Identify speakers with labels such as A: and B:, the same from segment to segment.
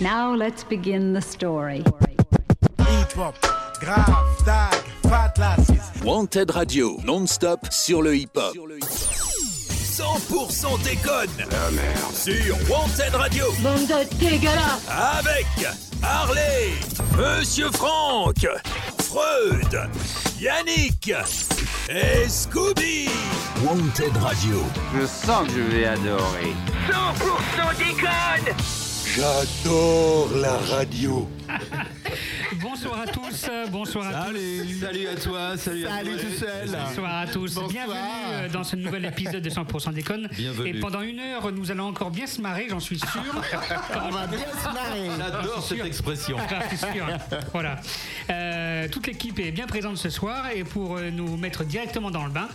A: Now let's begin the story.
B: Hip-hop, grave, tag, fat lasses.
C: Wanted Radio, non-stop sur le hip-hop.
D: 100% déconne. La merde. Sur Wanted Radio.
E: Bande de dégueulasse.
D: Avec Harley, Monsieur Franck, Freud, Yannick et Scooby. Wanted Radio.
F: Je sens que je vais adorer.
G: 100% déconne.
H: J'adore la radio.
I: Bonsoir à tous, euh, bonsoir à tous.
J: Salut à toi, salut, à
I: Salut
J: toi.
I: tout seul. Bonsoir à tous.
J: Bonsoir.
I: Bienvenue euh, dans ce nouvel épisode de 100% déconne.
J: Bienvenue.
I: Et pendant une heure, nous allons encore bien se marrer, j'en suis sûr.
J: On va bien se marrer. J'adore
I: J'en suis
J: cette
I: sûr.
J: expression.
I: J'en suis Ah, sûr. Voilà. Euh, toute l'équipe est bien présente ce soir et pour euh, nous mettre directement dans le bain,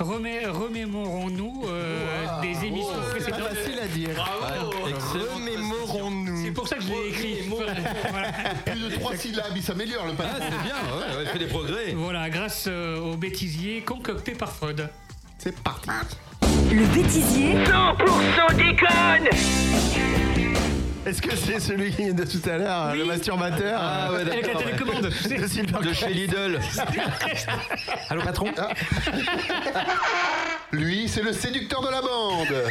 I: remé- remémorons-nous euh, des émissions précédentes.
K: Oh, facile à dire.
J: Ouais, excellente
K: Remémorons-nous.
I: C'est pour ça que je l'ai écrit. Voilà.
K: Plus de trois syllabes, il s'améliore le
J: Ah,
K: patron.
J: c'est bien, ouais, ouais, fait des progrès.
I: Voilà, grâce euh, au bêtisier concocté par Freud.
K: C'est parti.
E: Le bêtisier.
G: 100% déconne.
K: Est-ce que c'est celui de tout à l'heure, le masturbateur
J: Ah ouais,
I: Avec la
J: d'accord. ouais.
I: télécommande.
K: de Silver
J: De chez Lidl. Allô, patron
K: Ah, Lui, c'est le séducteur de la bande.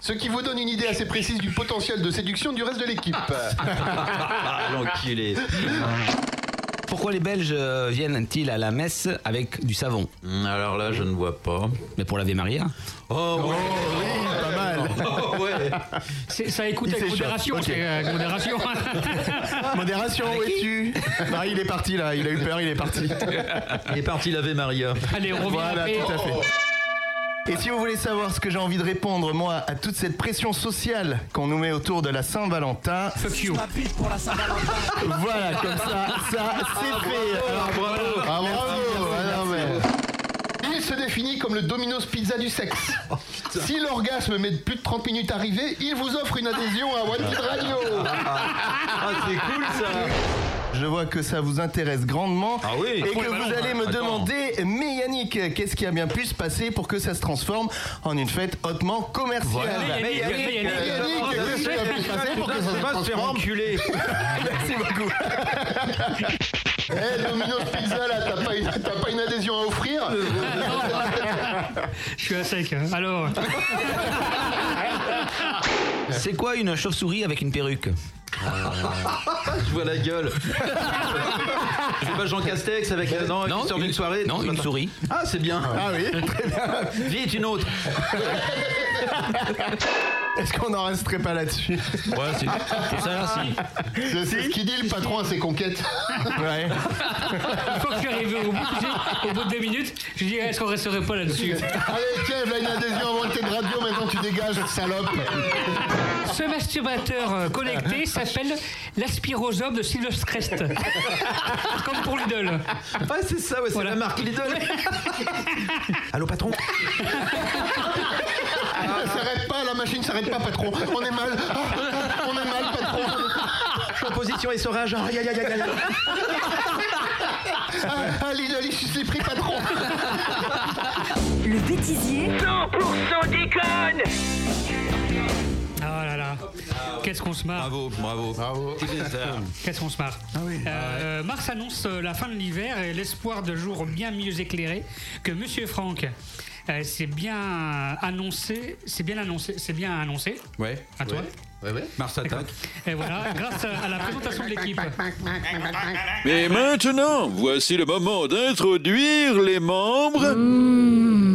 K: Ce qui vous donne une idée assez précise du potentiel de séduction du reste de l'équipe.
J: Ah, l'enculé.
L: Pourquoi les Belges euh, viennent-ils à la messe avec du savon
J: Hum, Alors là, je ne vois pas.
L: Mais pour laver Maria
J: Oh, ouais.
K: Pas mal.
J: Oh, ouais.
I: C'est- Ça écoute
K: Il
I: avec
K: s'échappe.
I: modération.
K: Ok.
I: c'est, euh, avec modération.
K: Modération, où es-tu Marie, il est parti là, il a eu peur, il est parti.
J: Il est parti laver Maria.
I: Allez, on revient
K: Voilà,
I: après.
K: tout à fait. Et si vous voulez savoir ce que j'ai envie de répondre, moi, à toute cette pression sociale qu'on nous met autour de la Saint-Valentin,
I: Fuck you.
K: voilà, comme ça, ça,
J: Ah,
K: c'est fait. Alors, bravo, Ah, bravo, ah, non, mais- Il se définit comme le Domino's Pizza du sexe.
J: Oh,
K: Si l'orgasme met plus de 30 minutes à arriver, il vous offre une adhésion à One Kid Radio.
J: Ah, c'est cool ça.
K: Je vois que ça vous intéresse grandement.
J: Ah oui.
K: Et
J: Faut
K: que
J: les
K: vous
J: ballons,
K: allez me
J: attends.
K: demander, mais Yannick, qu'est-ce qui a bien pu se passer pour que ça se transforme en une fête hautement commerciale euh,
I: Voilà. Mais Yannick,
K: Mais
I: Yannick,
K: Yannick,
I: Yannick,
K: qu'est-ce qui a pu se passer pour que ça se
J: va se faire
K: transforme
J: enculer.
K: Merci beaucoup. Eh, Domino's Pizza, là, t'as pas, une- t'as pas une adhésion à offrir
I: Je suis à sec. hein. Alors,
L: C'est quoi une chauve-souris avec une perruque
J: Ah, Je vois la gueule. C'est pas Jean Castex avec euh, non, qui sort d'une soirée.
L: Non, une souris.
J: Ah, c'est bien.
K: Ah oui
J: Vite une autre.
K: Est-ce qu'on n'en resterait pas là-dessus
L: Ouais, c'est ça là,
K: C'est c'est ce qu'il dit le patron à ses conquêtes. Ouais.
I: il faut que je suis arrivé au bout. tu sais, au bout de deux minutes, je dis est-ce qu'on resterait pas là-dessus
K: Allez, Kev, là, une adhésion à Wanted Radio, maintenant tu dégages, salope.
I: Ce masturbateur euh, connecté s'appelle l'aspirosobe de Sylvester Crest. Comme pour Lidl.
J: Ah, c'est ça, ouais, c'est
I: Voilà.
J: la marque Lidl. Allô, patron
K: Elle s'arrête pas, la machine s'arrête pas, patron. On est mal. Ah, ah, On est mal, patron.
J: Composition et sorage. Aïe, aïe, aïe, aïe, aïe.
K: Ah, ah, Lidl, il suce les prix, patron.
E: Le bêtisier.
G: 100% déconne.
I: Ah là là. Qu'est-ce qu'on se marre
J: Bravo, bravo. Bravo.
I: Qu'est-ce qu'on se marre
J: Ah
I: Euh, Mars annonce euh, la fin de l'hiver et l'espoir de jours bien mieux éclairés que Monsieur Franck. Euh, c'est bien annoncé, c'est bien annoncé, c'est bien annoncé.
J: Ouais.
I: À toi.
J: Ouais, ouais. Mars attaque.
I: Et voilà, grâce à à la présentation de l'équipe.
C: Mais maintenant, voici le moment d'introduire les membres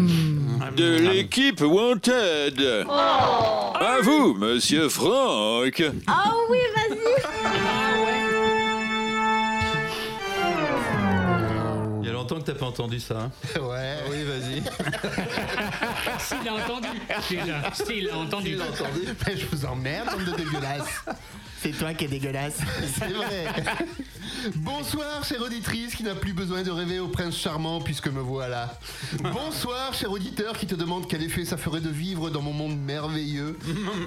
I: Mmh.
C: de l'équipe Wanted.
I: Oh.
J: Oh.
C: À vous, Monsieur Franck.
E: Oh oui, vas-y.
J: Il y a longtemps que t'as pas entendu ça. hein.
K: Ouais.
J: Oui, vas-y.
I: S'il a entendu. Déjà, s'il a entendu.
K: Mais je vous emmerde, homme de dégueulasse. C'est toi qui es dégueulasse. C'est vrai. Bonsoir, chère auditrice qui n'a plus besoin de rêver au prince charmant puisque me voilà. Bonsoir, cher auditeur qui te demande quel effet ça ferait de vivre dans mon monde merveilleux,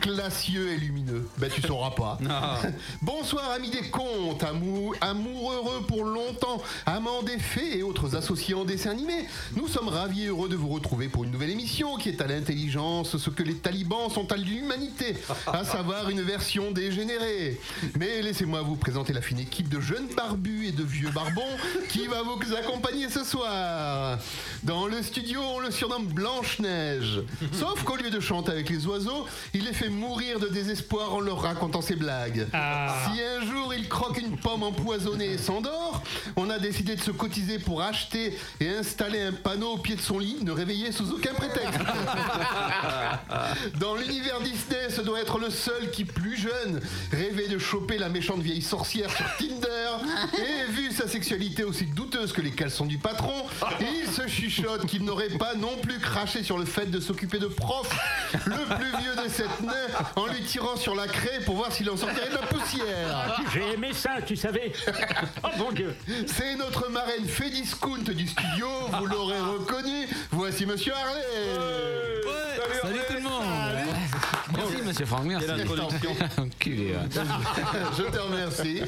K: classieux et lumineux. Ben, tu sauras pas. Bonsoir, amis des contes, amour, amoureux pour longtemps, amants des fées et autres associés en dessin animé. Nous sommes ravis et heureux de vous retrouver pour une nouvelle émission qui est à l'intelligence ce que les talibans sont à l'humanité, à savoir une version dégénérée. Mais laissez-moi vous présenter la fine équipe de jeunes barbus et de vieux barbons qui va vous accompagner ce soir. Dans le studio, on le surnomme Blanche-Neige. Sauf qu'au lieu de chanter avec les oiseaux, il les fait mourir de désespoir en leur racontant ses blagues. Si un jour il croque une pomme empoisonnée et s'endort, on a décidé de se cotiser pour acheter et installer un panneau au pied de son lit, ne réveiller sous aucun prétexte. ah. Dans l'univers Disney, ce doit être le seul qui, plus jeune, rêvait de choper la méchante vieille sorcière sur Tinder. Et vu sa sexualité aussi douteuse que les caleçons du patron, il se chuchote qu'il n'aurait pas non plus craché sur le fait de s'occuper de prof, le plus vieux de cette nain, en lui tirant sur la craie pour voir s'il en sortirait de la poussière.
M: J'ai aimé ça, tu savais. Oh mon Dieu.
K: C'est notre marraine Fédiscount du studio, vous l'aurez reconnu. Voici Monsieur Harley.
L: Salut tout le monde. Merci, monsieur Franck, Oh, merci.
K: Quelle introduction.
L: Enculé, ouais.
K: Je te remercie.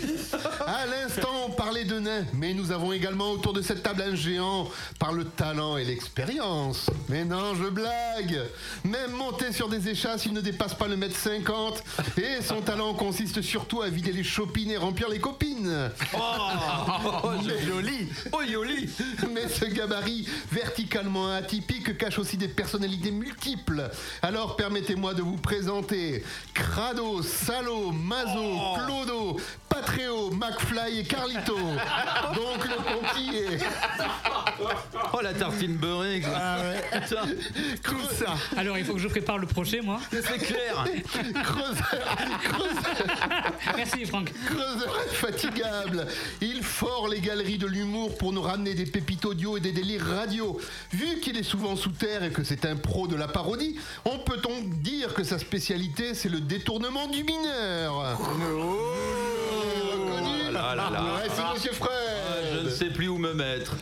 K: À l'instant, on parlait de nains, mais nous avons également autour de cette table un géant par le talent et l'expérience. Mais non, je blague. Même monté sur des échasses, il ne dépasse pas le mètre 50 et son talent consiste surtout à vider les chopines et remplir les copines.
J: Oh, joli.
K: Oh yoli Mais ce gabarit verticalement atypique cache aussi des personnalités multiples. Alors permettez-moi de vous présenter Crado, Salo, Mazo,
J: Oh.
K: Clodo, Patreo, McFly et Carlito. Donc le conquis est...
J: Oh la tartine beurrée. quoi. Putain.
K: Tout ça.
I: Alors, il faut que je prépare le prochain, moi.
J: C'est clair.
I: Merci, Franck.
K: Creuseur infatigable. Il fore les galeries de l'humour pour nous ramener des pépites audio et des délires radio. Vu qu'il est souvent sous terre et que c'est un pro de la parodie, on peut donc dire que sa spécialité, c'est le détournement du mineur.
J: Oh là là là.
K: Ouais, c'est Monsieur Fred. Ah.
J: Ah, Je ne sais plus où me mettre.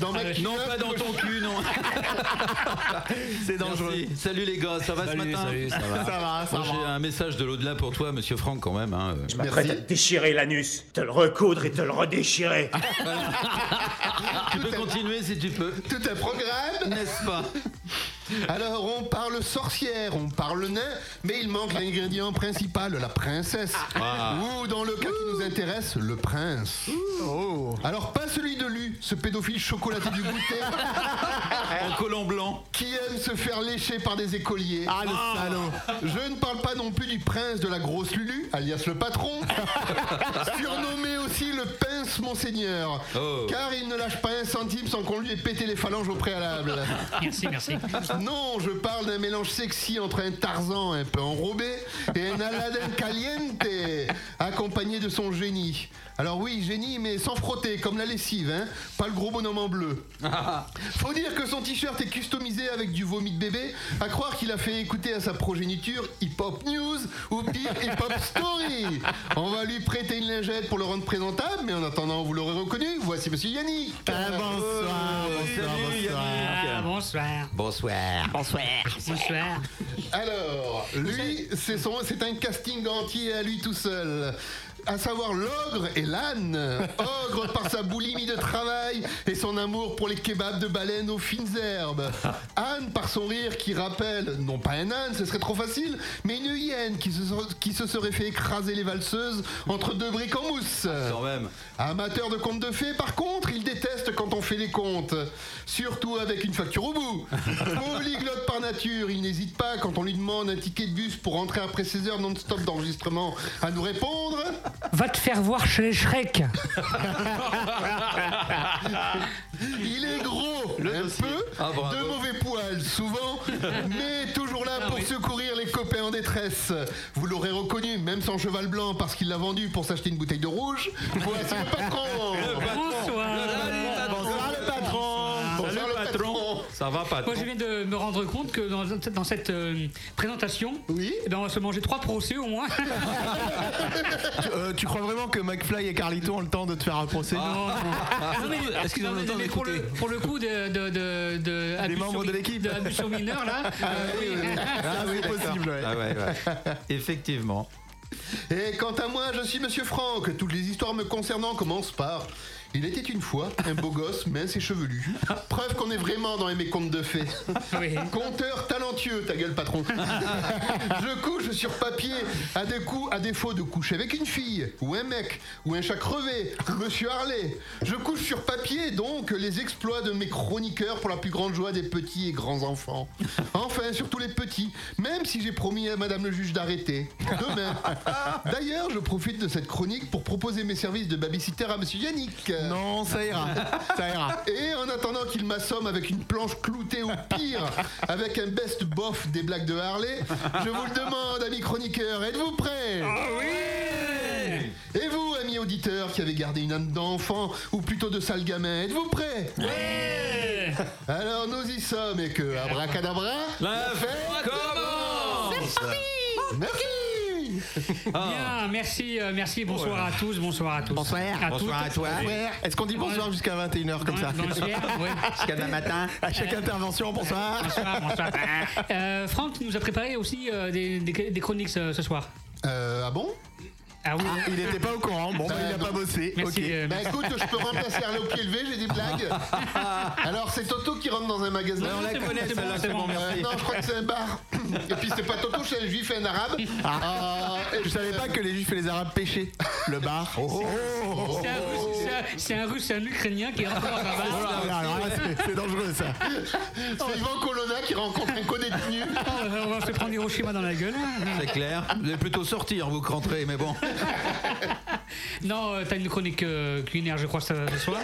K: Dans ma
J: non, pas dans ton cul, non. C'est dangereux. Salut les gars, ça va ce
L: Salut,
J: matin
L: salut, ça va. Ça
K: va,
J: Moi, J'ai un message de l'au-delà pour toi, monsieur Franck, quand même. hein.
N: Je m'apprête à te déchirer l'anus, te le recoudre et te le redéchirer.
K: Ah,
J: Tu peux continuer si tu peux.
K: Tout un programme
J: N'est-ce pas
K: Alors on parle sorcière, on parle nain, mais il manque l'ingrédient principal, la princesse.
J: Ah.
K: Ou dans le cas qui nous intéresse, le prince. Oh. Alors pas celui de lui, ce pédophile chocolaté du goûter
J: En collant blanc.
K: qui aime se faire lécher par des écoliers.
J: Ah, le salaud.
K: Je ne parle pas non plus du prince de la grosse Lulu, alias le patron, surnommé aussi le pince monseigneur,
J: Oh.
K: car il ne lâche pas un centime sans qu'on lui ait pété les phalanges au préalable.
I: Merci, merci.
K: Non, je parle d'un mélange sexy entre un Tarzan un peu enrobé et un Aladdin caliente, accompagné de son génie. Alors oui, génie, mais sans frotter, comme la lessive, hein Pas le gros bonhomme en bleu. Faut dire que son t-shirt est customisé avec du vomi de bébé, à croire qu'il a fait écouter à sa progéniture Hip Hop News ou pire Hip Hop Story. On va lui prêter une lingette pour le rendre présentable, mais en attendant, vous l'aurez reconnu, voici monsieur Yannick.
M: Ah, bonsoir, Ah, bonsoir.
J: Bonsoir.
M: Bonsoir. Bonsoir.
K: Alors, lui, c'est son, c'est un casting entier à lui tout seul. À savoir l'ogre et l'âne. Ogre par sa boulimie de travail et son amour pour les kebabs de baleine aux fines herbes. Anne par son rire qui rappelle, non pas un âne, ce serait trop facile, mais une hyène qui se, ser- qui se serait fait écraser les valseuses entre deux briques en mousse.
J: Ah, Quand même.
K: Amateur de contes de fées, par contre, il déteste quand on fait les comptes. Surtout avec une facture au bout. Polyglotte par nature, il n'hésite pas quand on lui demande un ticket de bus pour rentrer après 16 heures non-stop d'enregistrement à nous répondre.
I: Va te faire voir chez Shrek.
K: Il est gros, un peu,
J: Ah, bravo. Ah
K: de mauvais poils souvent, mais toujours là pour secourir les copains en détresse. Vous l'aurez reconnu, même sans cheval blanc, parce qu'il l'a vendu pour s'acheter une bouteille de rouge. Voici le patron.
I: Bonsoir.
K: Bonsoir le patron. Bonsoir le patron.
J: Ça va, patron
I: Moi, je viens de me rendre compte que dans, dans cette euh, présentation,
K: Oui.
I: eh ben, on va se manger trois procès au moins.
O: tu crois vraiment que McFly et Carlito ont le temps de te faire un procès
I: Non, Ah, mais-
L: Ah, Est-ce qu'ils ont
I: non,
L: le
I: mais-
L: temps
I: mais pour le,
L: d'écouter
I: pour le coup de, de, de, de abus
O: membres
I: sur-
O: de l'équipe.
I: de abus sur mineurs, là. euh, oui.
O: Ah, c'est possible, ouais.
J: Ah ouais, ouais. Effectivement.
K: Et quant à moi, je suis Monsieur Franck. Toutes les histoires me concernant commencent par. Il était une fois un beau gosse mince et chevelu. Preuve qu'on est vraiment dans les mécontes de fées. Conteur talentueux, ta gueule patron. je couche sur papier à des coups, à défaut de coucher avec une fille ou un mec ou un chat crevé, ou Monsieur Harley. Je couche sur papier donc les exploits de mes chroniqueurs pour la plus grande joie des petits et grands enfants. Enfin, surtout les petits, même si j'ai promis à Madame le juge d'arrêter demain. D'ailleurs, je profite de cette chronique pour proposer mes services de babysitter à Monsieur Yannick.
O: Non, ça ira. Ça ira.
K: Et en attendant qu'il m'assomme avec une planche cloutée au pire, avec un best bof des blagues de Harley, je vous le demande, amis chroniqueurs, êtes-vous prêts
M: Ah oui
K: Et vous, amis auditeurs qui avez gardé une âme d'enfant, ou plutôt de sale gamin, êtes-vous prêts Alors nous y sommes et que, abracadabra,
M: La fête Oh,
K: commence Merci
I: Bien, merci, euh, merci, bonsoir à tous, bonsoir à tous.
O: Bonsoir.
I: à
O: Bonsoir
I: toutes.
O: à toi. Bonsoir. Est-ce qu'on dit bonsoir jusqu'à 21h comme ça
I: Bonsoir, oui.
O: Jusqu'à demain matin. À chaque intervention, bonsoir.
I: Bonsoir, bonsoir. Euh, Franck nous a préparé aussi euh, des, des- des chroniques ce, ce soir.
K: Euh, ah bon
I: Ah oui.
O: Il n'était pas au courant. Bon, bah, il n'a pas bossé.
I: Merci,
O: ok.
I: euh,
K: Bah écoute, je peux remplacer Arlo pied levé, j'ai des blagues. Alors c'est Toto qui rentre dans un magasin. Euh,
O: Ouais, on la C'est bon, connaît, c'est bon, celle-là, c'est bon, c'est bon, merci.
K: non, je crois que c'est un bar. Et puis c'est pas Toto, c'est un juif et un arabe.
O: Ah.
K: Euh, et
O: Je savais pas que les juifs et les arabes pêchaient le bar.
I: C'est un russe, c'est un- C'est un russe, c'est un ukrainien qui est rentré dans un bar.
O: Voilà, alors Oh là, c'est- C'est dangereux ça.
K: C'est Yvan Colonna qui rencontre un co-détenu.
I: On va se prendre Hiroshima dans la gueule. hein.
J: C'est clair. Vous allez plutôt sortir, vous que rentrer, mais bon.
I: Non, euh, t'as une chronique euh, culinaire, je crois, ce ce soir.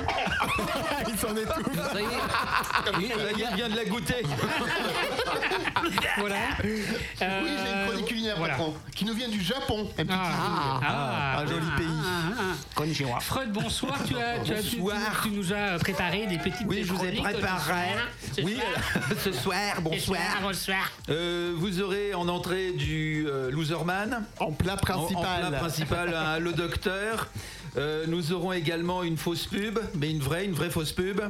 O: Il s'en étouffe.
L: Ça y
J: Il vient de la goûter.
I: Voilà. Euh,
K: Oui, j'ai une chronique culinaire,
I: voilà.
K: patron, qui nous vient du Japon. Un petit
I: Ah,
K: cuisinier.
I: ah,
O: Un joli
I: ah,
O: pays.
I: ah, ah.
O: Konnichiwa.
I: Freud, bonsoir. Tu, as, tu, as- tu-
O: Bonsoir.
I: tu nous as préparé des petites
O: Oui, je vous ai
I: chroniques ce
O: préparé.
I: soir. Ce
O: Oui,
I: soir.
O: ce soir,
I: Ce soir,
O: bonsoir.
I: Bonsoir.
J: Euh, vous aurez en entrée du euh, Loserman.
O: En plat
J: En- en
O: principal.
J: plat principal, un le docteur. Euh, nous aurons également une fausse pub, mais une vraie, une vraie fausse pub.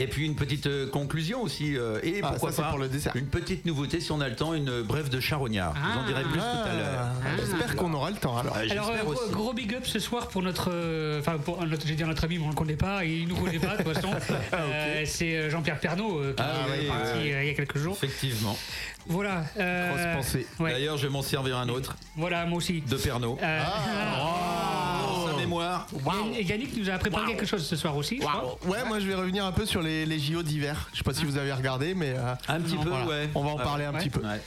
J: Et puis une petite euh, conclusion aussi. euh, et
O: Ah,
J: pourquoi
O: ça, c'est
J: pas
O: pour le dessert.
J: une petite nouveauté si on a le temps, une brève de charognard. Je vous en dirai plus tout à l'heure.
O: Ah, J'espère qu'on aura le temps alors.
J: Ah,
I: Alors,
J: j'espère
I: euh,
J: aussi.
I: gros big up ce soir pour notre. euh, Enfin, pour notre, j'ai dit notre ami, mais on le connaît pas, il nous connaît pas de toute façon. Euh, c'est euh, Jean-Pierre Pernaud qui
J: Ah
I: est
J: oui,
I: parti
J: oui, oui.
I: euh, il y a quelques jours.
J: Effectivement.
I: Voilà. euh, ouais.
J: D'ailleurs, je vais m'en servir un autre
I: Voilà, moi aussi.
J: de Pernod. Ah. Oh,
I: Euh,
J: Sa mémoire.
I: Yann- Yannick nous a préparé quelque chose ce soir aussi. je crois.
O: Ouais, moi je vais revenir un peu sur les, les JO d'hiver. Je sais pas si vous avez regardé, mais euh,
J: Un petit
O: Non,
J: peu,
O: voilà.
J: ouais.
O: On va en
J: Ouais.
O: parler un
I: Ouais.
O: petit peu.
J: Ouais.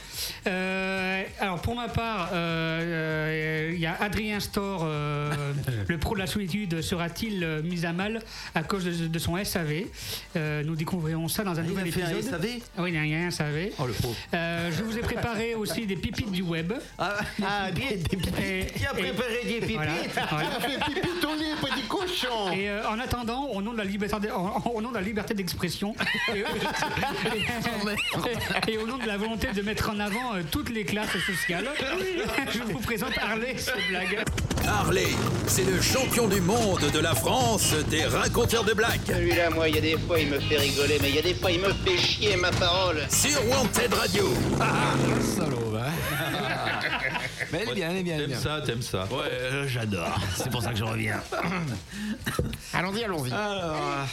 I: Euh, alors pour ma part, euh, euh, il y a Adrien Store, euh, le pro de la solitude, sera-t-il euh, mis à mal à cause de, de son SAV Euh, Nous découvrirons ça dans un nouvel
J: fait un
I: épisode.
J: SAV
I: Ah Oui, il y a un- il y a un SAV.
J: Oh, le pro.
I: Euh, je vous ai préparé aussi des pipites du web.
J: Ah,
O: Ah, des, des pipi-
I: Et-
J: qui a préparé des pipites
I: voilà, voilà.
K: Ça fait pipi ton lit, petit cochon.
I: Et euh, en attendant, au nom de la liberté, de- en- au nom de la liberté d'expression et, et- et au nom de la volonté de mettre en avant euh, toutes les classes sociales, je vous présente Harley, cette blague.
D: Harley, c'est le champion du monde de la France des raconteurs de blagues.
P: Celui-là, moi, il y a des fois, il me fait rigoler, mais il y a des fois, il me fait chier, ma parole.
D: Sur Wanted Radio. Ah,
L: Salaud, hein. Mais elle est bien, elle est bien, elle est bien.
J: T'aimes ça, t'aimes ça.
L: Ouais, euh, j'adore. C'est pour ça que je reviens.
O: Allons-y, allons-y.
J: Alors,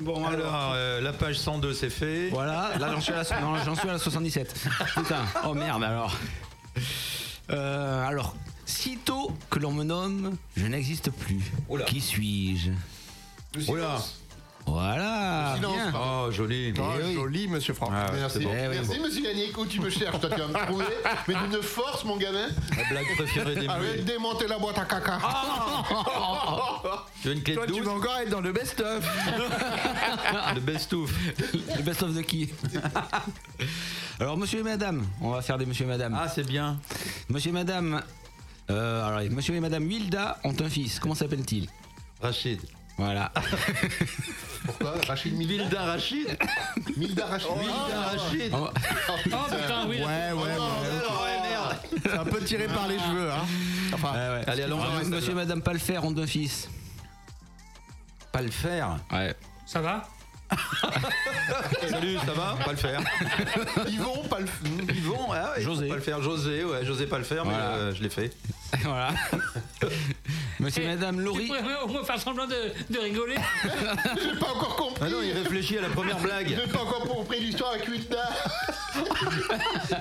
L: Bon,
J: alors, euh, la page 102, c'est fait.
L: Voilà, Ah, là j'en suis, à la- non, j'en suis à la 77. Putain, oh merde alors. Euh, alors, sitôt que l'on me nomme, je n'existe plus.
J: Oula.
L: Qui suis-je
J: Oula.
L: Voilà.
K: Silence,
L: Ah, bien.
K: pardon.
J: Oh, joli.
O: Oh, joli, monsieur Franck.
J: Ah,
K: Merci,
J: c'est bon.
L: Eh oui,
K: Merci
L: bon.
K: monsieur Yannick, où tu me cherches, toi tu vas me trouver, mais d'une force mon gamin,
J: La blague préférée des
K: je vais
J: muets. Ah.
K: démonter la boîte à caca.
J: Tu veux une clé de
O: Toi, tu
J: 12
O: vas encore être dans le best-of.
J: Ah, Le best-of.
L: Le best-of de qui Alors, monsieur et madame, on va faire des monsieur et madame.
J: Ah, c'est bien.
L: Monsieur et madame. euh, alors, monsieur et madame Wilda ont un fils. Comment s'appelle-t-il
J: Rachid.
L: Voilà.
J: Ah,
K: Pourquoi Rachid Mille
J: Wilda Rachid
K: Milda Rachid.
J: Wilda Rachid
L: Oh,
I: Oh putain, oui.
O: Ouais, ouais, ouais. C'est un peu tiré par les cheveux, hein. Enfin,
L: Ah, ouais, ouais.
J: Allez, allons-y,
L: Alors,
J: celle-là.
L: Monsieur et madame Palfer ont un fils.
J: Pas le faire.
L: Ouais.
I: Ça va
J: Salut, ça va Pas le faire. Ils vont pas le faire. Ils vont, ah ouais, ils vont
L: José.
J: pas le faire. José, ouais, José pas le faire, mais
L: Voilà.
J: euh, je l'ai fait.
L: voilà. Monsieur et Madame
I: Oh. Tu
L: Laurie.
I: pourrais au moins faire semblant de, de rigoler.
K: J'ai pas encore compris.
J: Ah non, il réfléchit à la première blague.
K: J'ai pas encore compris l'histoire avec Huitna.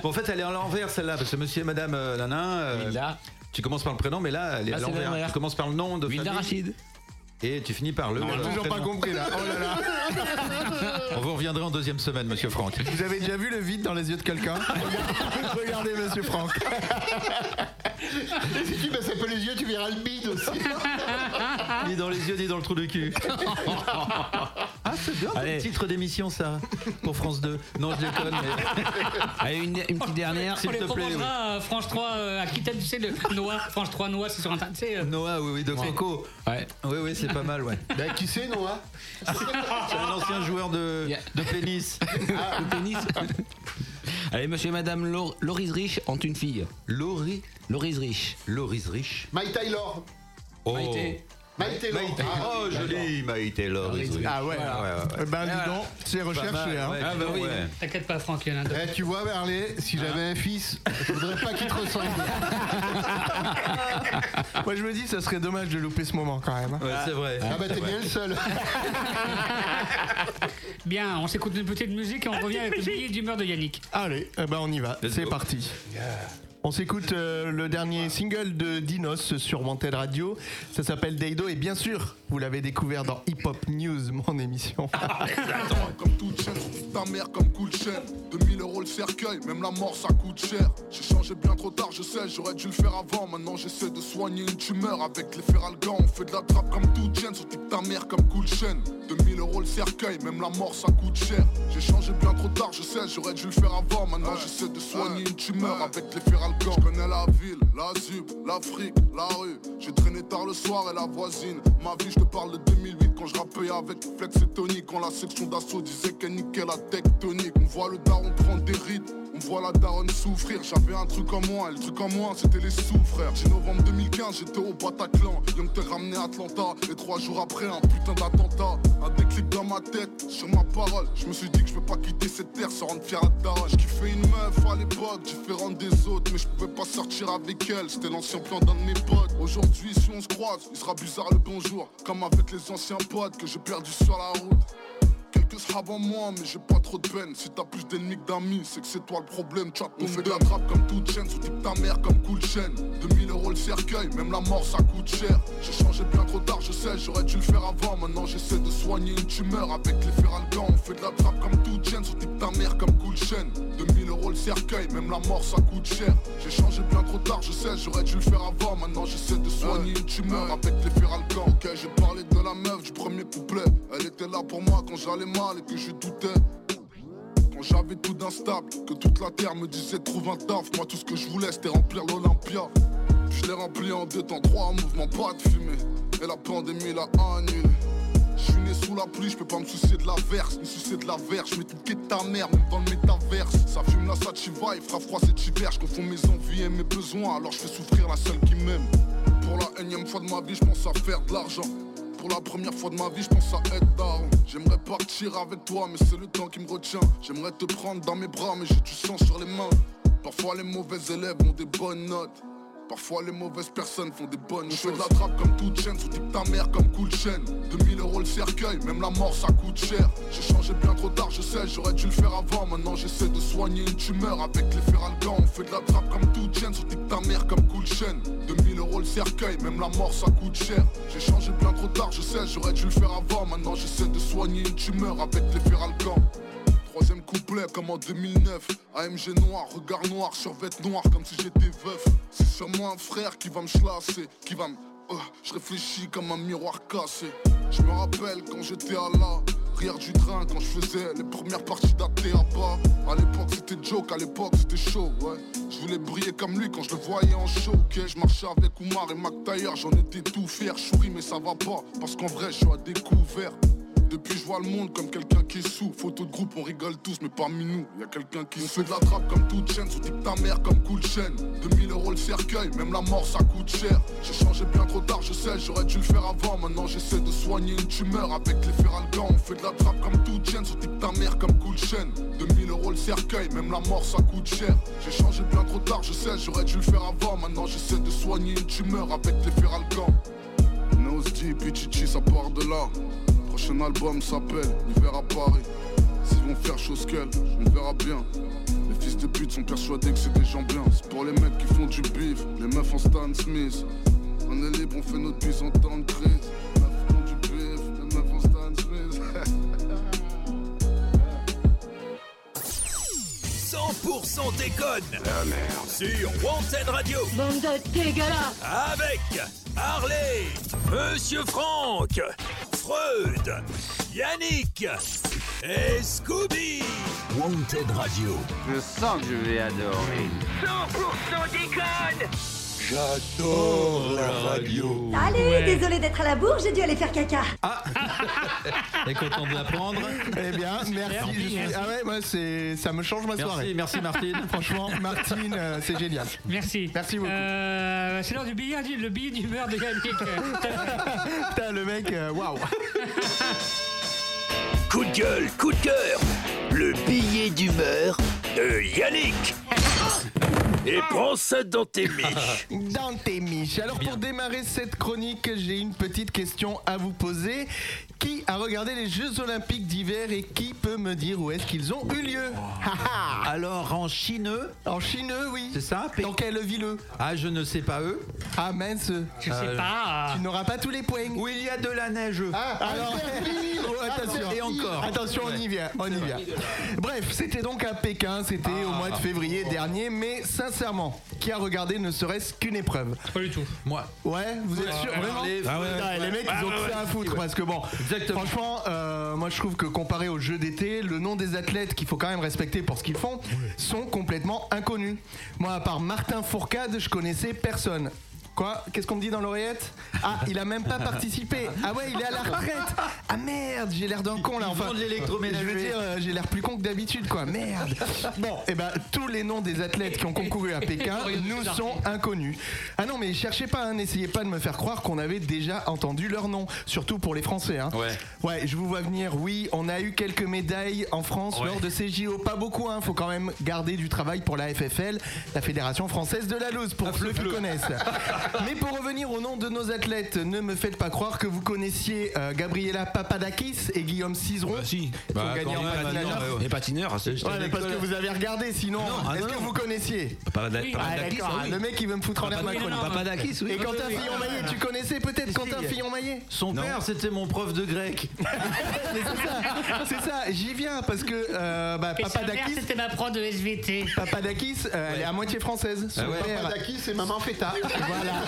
J: Bon, en fait, elle est à l'envers celle-là, parce que monsieur et madame euh, Nanin. euh, tu commences par le prénom, mais là, elle est
L: Là,
J: à
L: c'est
J: l'envers.
L: l'envers.
J: Tu commences par le nom de.
L: Huile
J: famille,
L: d'arachide.
J: Et tu finis par le.
O: On a toujours pas compris là. Oh là là.
J: On vous reviendrait en deuxième semaine, monsieur Franck.
O: Vous avez déjà vu le vide dans les yeux de quelqu'un Regardez, monsieur Franck.
K: Et si tu baisses un peu les yeux, tu verras le bide aussi.
J: Ni dans les yeux, ni dans le trou de cul. Ah, c'est bien, c'est
L: Allez.
J: le titre d'émission, ça, pour France 2. Non, je déconne, mais.
L: Allez, une, une petite dernière.
J: S'il
I: On les
J: te plaît,
I: proposera à France 3, euh, Aquitaine, tu sais, le Noah. France 3, Noah, c'est sur Internet. tu sais, euh,
J: Noah, oui, oui, de Franco.
L: Ouais.
J: Oui, oui, c'est pas mal, ouais.
K: Bah, qui c'est, Noah
J: C'est un ancien joueur de, de pénis.
L: Le Ah. pénis. Allez, monsieur et Madame Lau- Laurise Riche ont une fille.
J: Laurie
L: Laurise Riche.
J: Laurise Riche.
K: Mike Taylor.
J: Oh.
L: Maïté.
K: Maïté Laure.
J: Maïté.
K: Ah,
J: Oh, joli, Maïté Laurie.
O: Ah ouais.
J: ouais, ouais. Ah,
O: Eh ben, dis
L: Voilà.
O: donc, c'est
J: Pas mal,
O: recherché. hein.
D: Ah, bah
J: ouais, dis donc, ouais. Hein
I: T'inquiète pas, Franck, il y en a d'autres.
K: Eh, tu vois, Berlé, si j'avais un fils, je voudrais pas qu'il te ressemble.
O: Moi, je me dis, ça serait dommage de louper ce moment quand même.
J: Ouais, c'est vrai.
K: Ah bah,
J: C'est
K: t'es
J: vrai.
K: bien le seul.
I: Bien, on s'écoute une petite musique et on revient avec le billet d'humeur de Yannick.
O: Allez, eh ben, on y va.
J: Let's
O: C'est
J: go.
O: parti. On s'écoute euh, le dernier single de Dinos sur Wanted Radio. Ça s'appelle Deido et bien sûr, vous l'avez découvert dans Hip Hop News, mon émission.
Q: Ah, Comme toute chaîne, on fout ta mère comme coup de chaîne 2000 euros le cercueil, même la mort ça coûte cher J'ai changé bien trop tard, je sais, j'aurais dû le faire avant Maintenant j'essaie de soigner une tumeur avec les feralgans On fait de la trappe comme toute chaîne, surtout ta mère comme coup de chaîne 2000 euros le cercueil, même la mort ça coûte cher J'ai changé bien trop tard, je sais, j'aurais dû le faire avant Maintenant j'essaie de soigner une tumeur avec les feralgans Je connais la ville, la ZUP, l'Afrique, la rue J'ai traîné tard le soir et la voisine Ma vie je te parle de 2008 quand je rappais avec flex et tonique Quand la section d'assaut disait qu'elle niquait la tectonique On voit le daron prendre des rides on voit la daronne souffrir, j'avais un truc en moi, et le truc en moi c'était les souffreurs J'ai novembre 2015, j'étais au Bataclan, Young t'a ramené à Atlanta Et trois jours après un putain d'attentat Un déclic dans ma tête, sur ma parole Je me suis dit que je peux pas quitter cette terre sans rendre fier à daronne Je kiffais une meuf à l'époque, différente des autres Mais je pouvais pas sortir avec elle, c'était l'ancien plan d'un de mes potes Aujourd'hui si on se croise, il sera bizarre le bonjour Comme avec les anciens potes que j'ai perdu sur la route Quelques sahab en moi, mais j'ai pas trop de peine. Si t'as plus d'ennemis que d'amis, c'est que c'est toi le problème. Chat, on fait de la trappe comme toute chaîne, sous type ta mère comme cool chaîne. 2000 euros le cercueil, même la mort ça coûte cher. J'ai changé bien trop tard, je sais, j'aurais dû le faire avant. Maintenant j'essaie de soigner une tumeur avec les feralgans. On fait de la trappe comme toute chaîne, sous type ta mère comme cool chaîne. 2000 euros le cercueil, même la mort ça coûte cher. J'ai changé bien trop tard, je sais, j'aurais dû le faire avant. Maintenant j'essaie de soigner une tumeur avec les feralgans. Ok, j'ai parlé de la meuf du premier couplet. Elle était là pour moi quand j'allais mal et que je doutais. Quand j'avais tout d'instable, que toute la terre me disait trouve un taf. Moi tout ce que je voulais c'était remplir l'Olympia. Je l'ai rempli en deux temps, trois mouvements, pas de fumée. Et la pandémie l'a annulé. Je suis né sous la pluie, je peux pas me soucier de la verse, me soucier de la verse, je m'étiquais de ta mère, même dans le métaverse. Ça fume la sativa, il fera froid cet hiver, je confonds mes envies et mes besoins, alors je fais souffrir la seule qui m'aime. Pour la énième fois de ma vie, je pense à faire de l'argent. Pour la première fois de ma vie, je pense à être daron. J'aimerais partir avec toi, mais c'est le temps qui me retient. J'aimerais te prendre dans mes bras, mais j'ai du sang sur les mains. Parfois les mauvais élèves ont des bonnes notes. Parfois les mauvaises personnes font des bonnes choses. Je fais de la trappe comme toute chaîne, sous type ta mère comme cool chaîne. 2000 euros le cercueil, même la mort ça coûte cher. J'ai changé bien trop tard, je sais, j'aurais dû le faire avant. Maintenant j'essaie de soigner une tumeur avec les feralgans. On fait de la trappe comme toute chaîne, sous type ta mère comme cool chaîne. 2000 euros le cercueil, même la mort ça coûte cher. J'ai changé bien trop tard, je sais, j'aurais dû le faire avant. Maintenant j'essaie de soigner une tumeur avec les feralgans. Troisième couplet comme en 2009 AMG noir, regard noir, survêt noir comme si j'étais veuf C'est sûrement un frère qui va me chlasser, qui va me... Euh, je réfléchis comme un miroir cassé Je me rappelle quand j'étais à la rire du train Quand je faisais les premières parties d'athée à bas À l'époque c'était joke, à l'époque c'était chaud, ouais Je voulais briller comme lui quand je le voyais en show, ok Je marchais avec Oumar et McTayer, j'en étais tout fier Chouri mais ça va pas, parce qu'en vrai je suis à découvert Depuis je vois le monde comme quelqu'un qui souffre Photo de groupe on rigole tous mais parmi nous y a quelqu'un qui se fait de la trappe comme toute chaîne Sous type ta mère comme coup de chaîne 2000 euros le cercueil même la mort ça coûte cher J'ai changé bien trop tard je sais j'aurais dû le faire avant Maintenant j'essaie de soigner une tumeur avec les feralgans On fait de la trappe comme toute chaîne Sous type ta mère comme coup de chaîne 2000 euros le cercueil même la mort ça coûte cher J'ai changé bien trop tard je sais j'aurais dû le faire avant Maintenant j'essaie de soigner une tumeur avec les feralgans Nosdi, Pichichi, ça part de là. Prochain album s'appelle L'hiver à Paris. S'ils vont faire chose qu'elle, on verra bien. Les fils de pute sont persuadés que c'est des gens bien. C'est pour les mecs qui font du bif, les meufs en Stan Smith. On est libre, on fait notre bise en temps de crise. Les meufs font du bif, les meufs en Stan Smith.
D: 100% déconne. La merde. Sur Wanted Radio.
E: Bande de dégueulasse
D: Avec Harley, Monsieur Franck, Freud, Yannick et Scooby. Wanted Radio.
F: Je sens que je vais adorer.
G: 100% déconne
H: J'adore la radio.
E: Allez, désolé d'être à la bourre, j'ai dû aller faire caca.
J: Et content de l'apprendre.
O: Eh bien, merci.
J: Merci,
O: je suis-
J: merci.
O: Ah ouais, moi, c'est, ça me change ma
J: Merci,
O: soirée.
J: merci, Martine.
O: Franchement, Martine, euh, c'est génial.
I: Merci.
O: Merci beaucoup.
I: Euh, c'est l'heure du billard, le billet d'humeur de Yannick.
O: Putain, le mec, euh, waouh.
D: Coup de gueule, coup de cœur. Le billet d'humeur de Yannick. Et prends ça dans tes miches.
O: Dans tes miches. Alors, pour démarrer cette chronique, j'ai une petite question à vous poser. Qui a regardé les Jeux Olympiques d'hiver et qui peut me dire où est-ce qu'ils ont eu lieu
J: Oh. Alors en chineux,
O: En Chineux, oui.
J: c'est ça Pé-
O: Dans quelle ville
J: Ah, je ne sais pas eux. Euh,
O: Ah mince.
J: Je sais
I: Ah.
J: pas.
O: Tu n'auras pas tous les points.
J: Où il y a de la neige.
O: Ah, alors, Oh, attention.
J: Ah, Et encore.
O: Attention, on y vient. On y vient. Bref, c'était donc à Pékin, c'était au
J: Ah.
O: mois de février
J: Oh.
O: dernier, mais sincèrement, qui a regardé ne serait-ce qu'une épreuve
I: Pas du tout.
J: Moi.
O: Ouais, vous êtes sûr
J: Ouais,
O: Vraiment
J: les- Ah ouais.
O: Putain, Les mecs, ils ont
J: Ah ouais,
O: que ça à
J: ouais.
O: foutre
J: Ouais.
O: parce que bon, franchement, euh, moi je trouve que comparé aux Jeux d'été, le nom des athlètes qu'il faut quand même respecter pour ce qu'ils font sont complètement inconnus. Moi, à part Martin Fourcade, je connaissais personne. Quoi Qu'est-ce qu'on me dit dans l'oreillette Ah, il a même pas participé. Ah ouais, il est à la retraite. Ah merde, j'ai l'air d'un con là.
J: Ils
O: Enfin,
J: vendent de l'électroménager.
O: Je veux dire, euh, j'ai l'air plus con que d'habitude, quoi. Merde. Bon, et ben tous les noms des athlètes qui ont concouru à Pékin nous sont inconnus. Ah non, mais cherchez pas, hein, n'essayez pas de me faire croire qu'on avait déjà entendu leur nom, surtout pour les Français. hein.
J: Ouais.
O: Ouais, je vous vois venir. Oui, on a eu quelques médailles en France
J: Ouais.
O: lors de ces JO, pas beaucoup. Hein, faut quand même garder du travail pour la FFL, la Fédération française de la loose, pour ceux qui connaissent. Mais pour revenir au nom de nos athlètes, ne me faites pas croire que vous connaissiez euh, Gabriela Papadakis et Guillaume Cizeron. si.
L: Bah,
O: gagné en
L: quand même,
O: patinage.
L: non, ouais, ouais. Les patineurs, c'est
O: Ouais, mais parce que vous avez regardé, sinon,
L: Non, ah
O: est-ce
L: non,
O: que
L: non.
O: vous connaissiez
L: Papadakis,
O: Ah,
L: Papadakis,
O: d'accord,
L: ah oui.
O: Le mec, il veut me foutre en l'air ma
L: Papadakis,
O: chronique.
L: non, non. Papadakis, oui.
O: Et Quentin Fillon-Maillet, tu connaissais peut-être Quentin Fillon-Maillet
J: Son père, c'était mon prof de grec.
O: Mais c'est ça, c'est ça, j'y viens parce que euh, bah,
I: Et sa mère,
O: Papadakis,
I: c'était ma prof de SVT.
O: Papadakis euh, elle est à moitié française. Son
J: Ah ouais.
O: père,
K: Papadakis et maman feta.
O: voilà,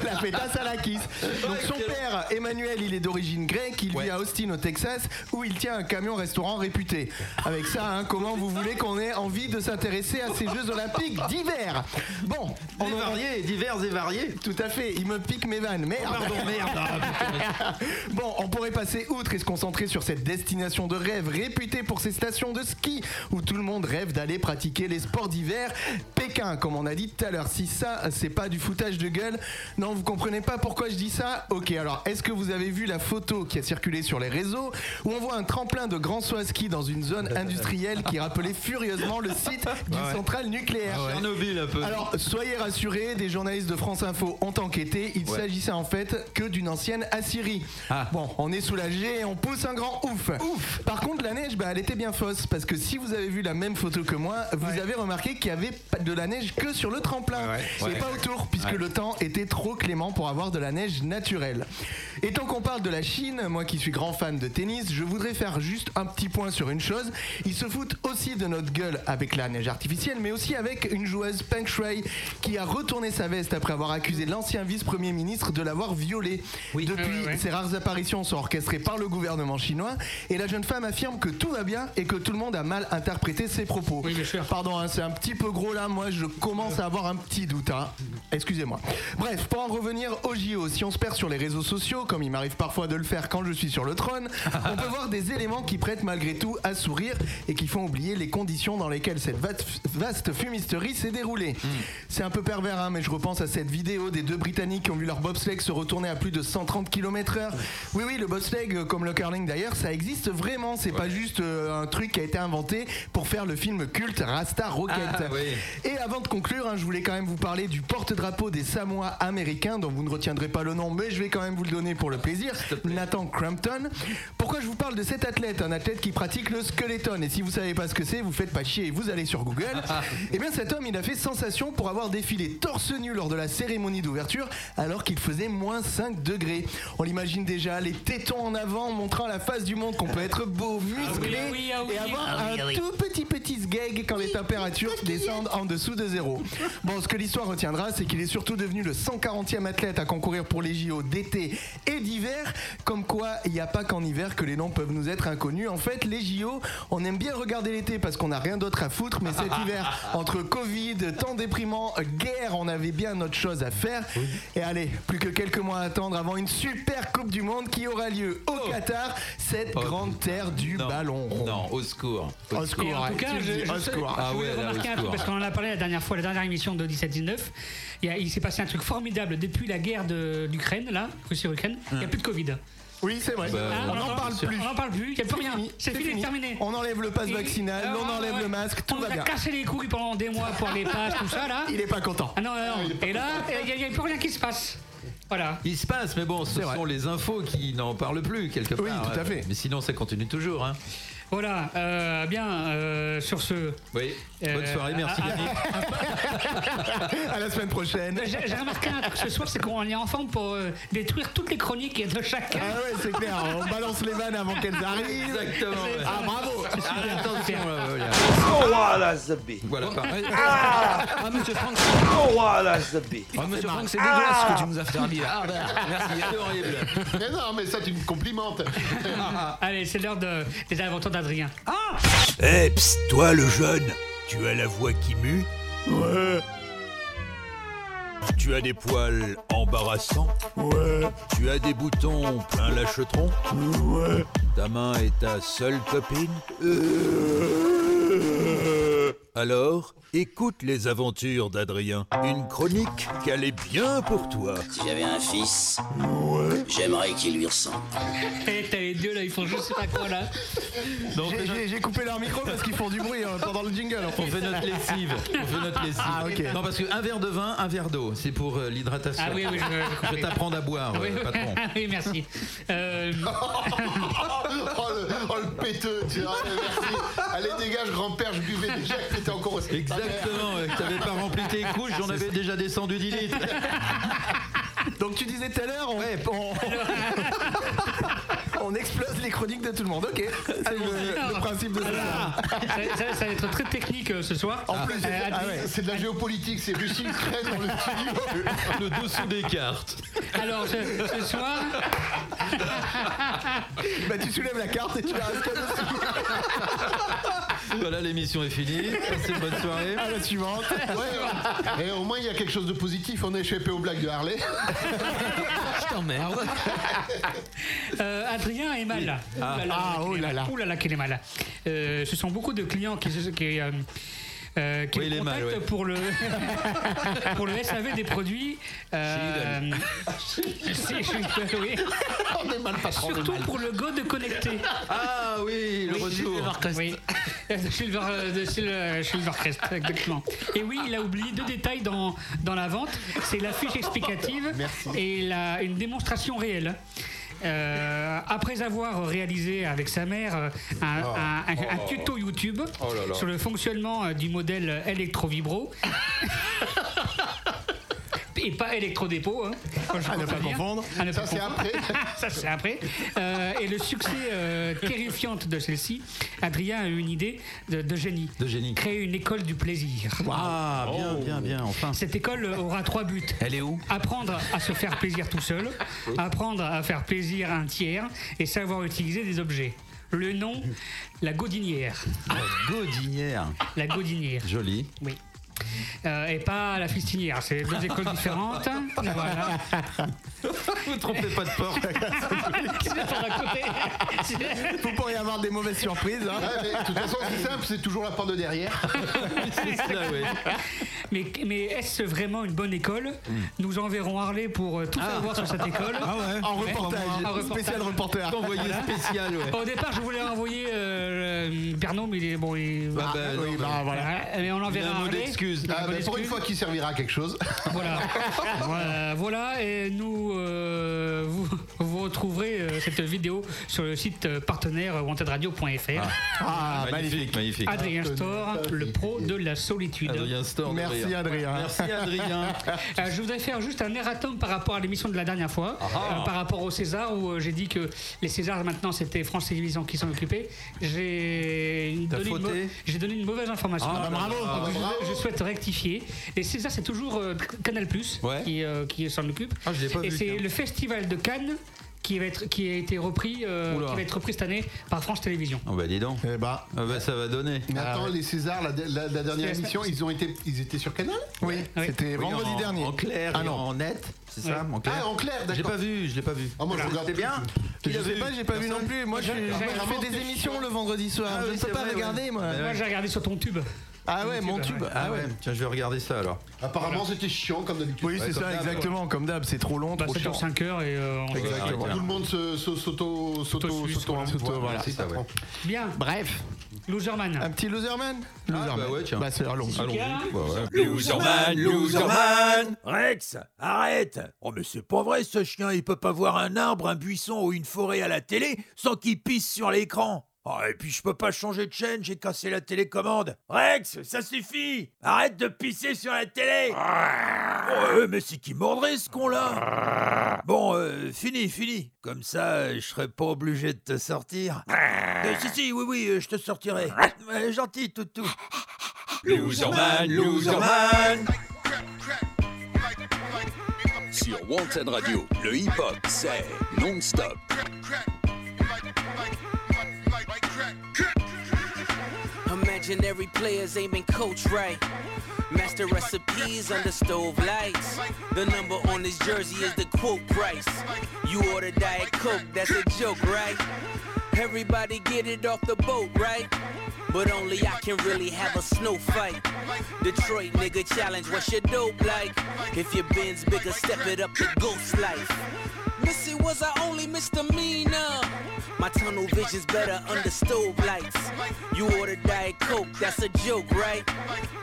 O: la, la feta Salakis. Donc son père, Emmanuel, il est d'origine grecque, il vit à Austin au Texas où il tient un camion-restaurant réputé. Avec ça, hein, comment vous voulez qu'on ait envie de s'intéresser à ces Jeux Olympiques d'hiver Bon, on
J: Des
O: aura-
J: variés, divers et variés. Oh,
O: tout à fait, il me pique mes vannes, merde.
J: Pardon, merde.
O: Bon, on pourrait passer outre et se concentrer sur cette destination de rêve réputée pour ses stations de ski où tout le monde rêve d'aller pratiquer les sports d'hiver. Pékin, comme on a dit tout à l'heure. Si ça, c'est pas du foutage de gueule, non, vous comprenez pas pourquoi je dis ça Ok, alors est-ce que vous avez vu la photo qui a circulé sur les réseaux où on voit un tremplin de grand saut à ski dans une zone industrielle qui rappelait furieusement le site d'une centrale nucléaire
P: Ah
I: Ah
J: Tchernobyl un peu.
O: alors, soyez rassurés, des journalistes de France Info ont enquêté. Il
J: Ouais.
O: s'agissait en fait que d'une ancienne Assyrie. Bon, on est soulagé et on pousse un grand ouf. Ouf Par contre, la neige, bah, elle était bien fausse parce que si vous avez vu la même photo que moi, vous avez remarqué qu'il y avait pas- de la neige que sur le tremplin
L: ouais.
O: et pas autour, puisque le temps était trop clément pour avoir de la neige naturelle. Et tant qu'on parle de la Chine, moi qui suis grand fan de tennis, je voudrais faire juste un petit point sur une chose. Ils se foutent aussi de notre gueule avec la neige artificielle, mais aussi avec une joueuse Peng Shuai qui a retourné sa veste après avoir accusé l'ancien vice-premier ministre de l'avoir violée. Depuis,
I: Ah Ouais, ouais, ouais.
O: ces rares apparitions sont orchestrées par le gouvernement chinois et la jeune femme affirme que tout va bien et que tout le monde a mal interprété ses propos.
I: Oui, bien sûr.
O: Pardon, hein, c'est un petit peu gros là. Moi, je commence à avoir un petit doute. hein. Excusez-moi. Bref, pour en revenir au JO, si on se perd sur les réseaux sociaux, comme il m'arrive parfois de le faire quand je suis sur le trône, on peut voir des éléments qui prêtent malgré tout à sourire et qui font oublier les conditions dans lesquelles cette va- vaste fumisterie s'est déroulée. C'est un peu pervers, hein, mais je repense à cette vidéo des deux Britanniques qui ont vu leur bobsleigh se retourner à plus de 130 km/h. Oui, oui, le bobsleigh, euh, comme le curling d'ailleurs, ça existe vraiment. C'est pas juste euh, un truc qui a été inventé pour faire le film culte Rasta Rocket.
J: Ah, oui.
O: Et avant de conclure, hein, je voulais quand même vous parler du porte-drapeau des Samoa américains, dont vous ne retiendrez pas le nom, mais je vais quand même vous le donner pour le plaisir, Nathan Crampton. Pourquoi je vous parle de cet athlète Un athlète qui pratique le skeleton. Et si vous savez pas ce que c'est, vous faites pas chier et vous allez sur Google.
M: Ah,
O: Eh bien, cet homme, il a fait sensation pour avoir défilé torse nu lors de la cérémonie d'ouverture, alors qu'il faisait moins 5 degrés. On l'imagine déjà, les tétons en avant, montrant à la face du monde qu'on peut être beau, musclé,
M: Ah oui, ah oui,
O: et
M: ah oui.
O: avoir
M: Ah oui, ah
O: un
M: oui.
O: tout petit petit sgeg quand les températures descendent en dessous de zéro. Bon, ce que l'histoire retiendra, c'est qu'il est surtout devenu le 140e athlète à concourir pour les JO d'été et d'hiver. Comme quoi, il n'y a pas qu'en hiver que les noms peuvent nous être inconnus. En fait, les JO, on aime bien regarder l'été parce qu'on n'a rien d'autre à foutre, mais cet hiver, entre Covid, temps déprimant, guerre, on avait bien notre chose à faire. Et allez, plus que quelques mois à attendre avant une super Coupe du Monde qui aura lieu au Qatar, cette
J: Oh.
O: grande terre du ballon rond.
J: Non, au secours.
O: Au secours,
I: Et en tout
O: ouais.
I: cas,
O: Tu le
I: je,
O: dis,
I: je
O: au
I: sais-
O: secours.
I: je
J: Ah
I: voulais
J: ouais, là, au
I: remarquer un truc
J: secours.
I: parce qu'on en a parlé la dernière fois, la dernière émission de 17-19. Il, y a- il s'est passé un truc formidable depuis la guerre de- d'Ukraine, là, Russie-Ukraine. Il n'y a plus de Covid.
O: Hum. Oui, c'est vrai.
I: Ah,
O: on n'en parle plus.
I: On n'en parle plus, il n'y a plus
O: C'est
I: rien.
O: fini,
I: C'est
O: c'est
I: fini,
O: fini.
I: terminé.
O: On enlève le pass
I: Et-
O: vaccinal,
I: Ah,
O: on
I: ouais,
O: enlève
I: ouais.
O: le masque, tout
I: on
O: va
I: nous a
O: bien.
I: cassé les couilles pendant des mois pour les passes, tout ça, là.
O: Il est pas content.
I: Ah non, non, non. Et là, il n'y a, plus rien qui se passe. Voilà.
J: Il se passe, mais bon, ce sont les infos qui n'en parlent plus quelque part.
I: Oui, tout à
J: Euh,
I: fait.
J: Mais sinon, ça continue toujours. Hein.
I: Voilà, euh, bien, euh, sur ce. Euh,
J: Oui. Bonne soirée, merci
I: à- à-
J: Yannick.
O: à la semaine prochaine.
I: J'ai j'ai remarqué un truc ce soir, c'est qu'on est en forme pour euh, détruire toutes les chroniques de chacun.
O: Ah ouais, c'est clair, on balance les vannes avant qu'elles arrivent.
J: Exactement, ouais.
O: Ah bravo
J: Ah, attention, là, voilà.
M: Oh là là, the B.
J: Voilà,
O: Oh.
J: pareil.
M: Ah, monsieur Franck. Oh là là, the B.
L: Ah, monsieur Franck, c'est
M: Ah.
L: dégueulasse ce que tu nous as fait servir. Ah, bah, merci.
J: C'est horrible.
K: Mais non, mais ça, tu me complimentes.
I: Allez, c'est l'heure de, des aventures d'Adrien. Ah
D: Eh, psst, toi le jeune, tu as la voix qui mue Ouais. Tu as des poils embarrassants Ouais. Tu as des boutons plein lachetron Ouais. Ta main est ta seule copine Euh. Alors, écoute les aventures d'Adrien. Une chronique qu'elle est bien pour toi.
P: Si j'avais un fils, j'aimerais qu'il lui ressemble.
I: Eh, T'as les deux là, ils font je sais pas quoi là.
O: J'ai- j'ai- J'ai coupé leur micro parce qu'ils font du bruit euh, pendant le jingle. en
J: On fait notre lessive. On fait notre lessive.
O: Ah, ok.
J: Non, parce qu'un verre de vin, un verre d'eau, c'est pour euh, l'hydratation.
I: Ah oui, oui, je- je
J: je
I: comprends.
J: vais t'apprendre à boire,
I: oui,
J: euh, patron.
I: oui, merci. Euh,
K: oh, le, oh, le péteux, tu vois. Merci. Allez, dégage, grand-père, je buvais déjà que t'étais encore aussi.
J: Exactement, euh, que t'avais pas rempli tes couches, j'en avais déjà descendu 10 litres.
O: Donc tu disais tout à l'heure, on, on- on explose les chroniques de tout le monde. Ok, c'est le, le principe de ça.
I: ça, ça- ça va être très technique euh, ce soir.
K: En plus,
I: Euh,
K: c'est-
I: Adrien-
K: ah ouais, c'est de la géopolitique, c'est Russie, Ukraine dans le studio.
J: Le dessous des cartes.
I: Alors ce, ce soir,
O: Bah, tu soulèves la carte et tu la restes comme ça.
J: Voilà, l'émission est finie. Passez une bonne soirée.
O: à la suivante.
K: Ouais, ouais. Et au moins, il y a quelque chose de positif. On a échappé aux blagues de Harley.
L: Je
O: Ah
L: t'emmerde.
I: euh, Adrien est mal.
L: Ah. Ah, oh là là.
I: Ouh là là, qu'il est mal. Euh, ce sont beaucoup de clients qui, se- qui, euh, euh, qui
J: Oui,
I: le
J: il est mal,
I: contactent
J: ouais.
I: pour le pour le SAV des produits. euh, c'est- je- oui.
K: On est mal patron.
I: Surtout pour le go de connecté.
J: Ah oui, le
I: Oui,
J: retour.
I: Oui. Silver, euh, de Sil- euh, Silvercrest, exactement. Et oui, il a oublié deux détails dans, dans la vente. C'est la fiche explicative et la- une démonstration réelle. Euh, après avoir réalisé avec sa mère euh, un, un- un- un tuto YouTube
J: Oh. là là.
I: sur le fonctionnement euh, du modèle électro-vibro et pas électro-dépôt, hein, quand je
O: À ne
I: comprends
O: pas
I: bien.
O: confondre.
I: À ne
K: Ça,
I: pas
K: c'est
I: confondre.
K: après.
I: Ça, c'est après. Euh, et le succès euh, terrifiante de celle-ci, Adrien a eu une idée de, de génie.
J: De génie.
I: Créer une école du plaisir.
J: Ah, bien, bien, bien, enfin.
I: Cette école aura trois buts.
L: Elle est où
I: Apprendre à se faire plaisir tout seul, apprendre à faire plaisir à un tiers et savoir utiliser des objets. Le nom, la godinière.
J: Godinière.
I: La godinière.
J: Joli.
I: Oui. Euh, et pas la fistinière. C'est deux écoles différentes. Voilà.
J: Vous trompez pas de porte.
O: Vous pourriez avoir des mauvaises surprises. hein.
K: Ouais, mais de toute façon, c'est simple, c'est toujours la porte de derrière.
I: Mais, mais est-ce vraiment une bonne école Nous enverrons Harley pour euh, tout savoir sur cette école.
O: Hmm. Ah ouais. En reportage. Spécial reporter. Envoyé spécial, ouais.
I: Au départ, je voulais envoyer euh, le- Pernod, mais il est bon. Il...
O: Ah, bah, oui, bah, voilà.
I: Mais on
K: Il
I: enverra
K: a un mot
I: Harley.
K: d'excuse.
I: Il a un
K: Ah,
I: mot
K: bah,
I: d'excuse.
K: pour une fois qu'il servira à quelque chose.
J: Ah
I: Voilà. voilà, voilà, et nous, euh, vous, vous retrouverez euh, cette vidéo sur le site euh, partenaire wantedradio.fr.
O: Ah, magnifique, magnifique.
I: Adrien Store, le pro de la solitude.
J: Adrien Store, Merci, Adrien. Adrien. Merci, Adrien.
I: Euh, je voudrais faire juste un erratum par rapport à l'émission de la dernière fois,
J: Ah
I: euh, par rapport au César, où euh, j'ai dit que les Césars, maintenant, c'était France Télévisions qui s'en occupait. J'ai
J: T'as
I: donné, une
J: fauté
I: mau- j'ai donné une mauvaise information.
J: Ah, bah, bravo.
I: Donc,
J: Ah, bah,
I: je-
J: bravo.
I: Je souhaite rectifier. Les Césars, c'est toujours euh, Canal+, qui, euh, qui s'en occupe.
J: Ah, je l'ai pas
I: Et
J: vu,
I: c'est
J: tiens.
I: le festival de Cannes qui, va être, qui a été repris, euh,
J: Oula.
I: qui va être repris cette année par France Télévisions.
J: Oh bah dis donc.
O: Eh bah.
J: ça va donner.
K: Mais
I: Ah,
K: attends, les Césars, la, la- la dernière
I: C'est-
K: émission, ils, ont été, ils étaient sur Canal
O: Oui,
J: Oui,
O: c'était vendredi
J: en-
O: dernier.
J: En clair,
O: Ah
J: et
O: non.
J: en net, c'est ça
O: Ouais.
J: en clair.
O: Ah, en clair,
J: J'ai
O: d'accord.
J: pas vu, je l'ai pas vu.
K: Ah, moi, je regarde
J: C'était
K: plus.
J: bien
O: Je sais pas, j'ai pas vu non plus. Moi, je,
J: Personne
O: je-
J: Ah,
O: je
J: vraiment,
O: fais des
J: c'est
O: émissions
J: chiant.
O: le vendredi soir.
J: Ah
O: je
J: oui,
O: ne peux
J: c'est
O: pas
J: vrai,
O: regarder,
J: ouais.
O: moi.
J: Bah,
I: Moi, j'ai regardé sur ton tube.
O: Ah ouais, mon tube.
J: Ah ouais, tiens, je vais regarder ça alors.
K: Apparemment, c'était chiant comme d'habitude.
O: Oui, c'est ça, exactement. Comme d'hab, c'est trop long,
I: Bah,
O: trop
I: c'est
O: chiant.
I: sur 5 heures et euh, on-
O: Exactement.
K: Tout le monde se- se- s'auto. S'auto.
I: S'auto-suce,
K: S'auto.
I: voilà.
K: S'auto.
O: Voilà,
K: Voilà, c'est
O: c'est ça,
K: ça.
O: ouais.
I: Bien.
O: Bref,
I: Loserman.
O: un petit loserman.
J: Ah bah ouais, tiens.
O: Bah, c'est allons.
J: Allons-y. Bah ouais.
D: Loserman, Loserman Rex, arrête Oh mais c'est pas vrai ce chien, il peut pas voir un arbre, un buisson ou une forêt à la télé sans qu'il pisse sur l'écran Oh, et puis je peux pas changer de chaîne, j'ai cassé la télécommande Rex, ça suffit Arrête de pisser sur la télé Oh, euh, mais c'est qui mordrait ce con-là Bon, euh, fini, fini. Comme ça, euh, je serai pas obligé de te sortir. Euh, si, si, oui, oui, euh, je te sortirai. Euh, gentil, toutou.
C: Loserman, Loserman. Sur Wanted Radio, le hip-hop, c'est non-stop.
R: Imaginary players ain't been coached right. Master recipes under stove lights. The number on his jersey is the quote price. You order Diet Coke, that's a joke, right? Everybody get it off the boat, right? But only I can really have a snow fight. Detroit nigga challenge, what's your dope like? If your bin's bigger, step it up to ghost life. Missy was our only misdemeanor. My tunnel vision's better under stove lights. You order Diet Coke, that's a joke, right?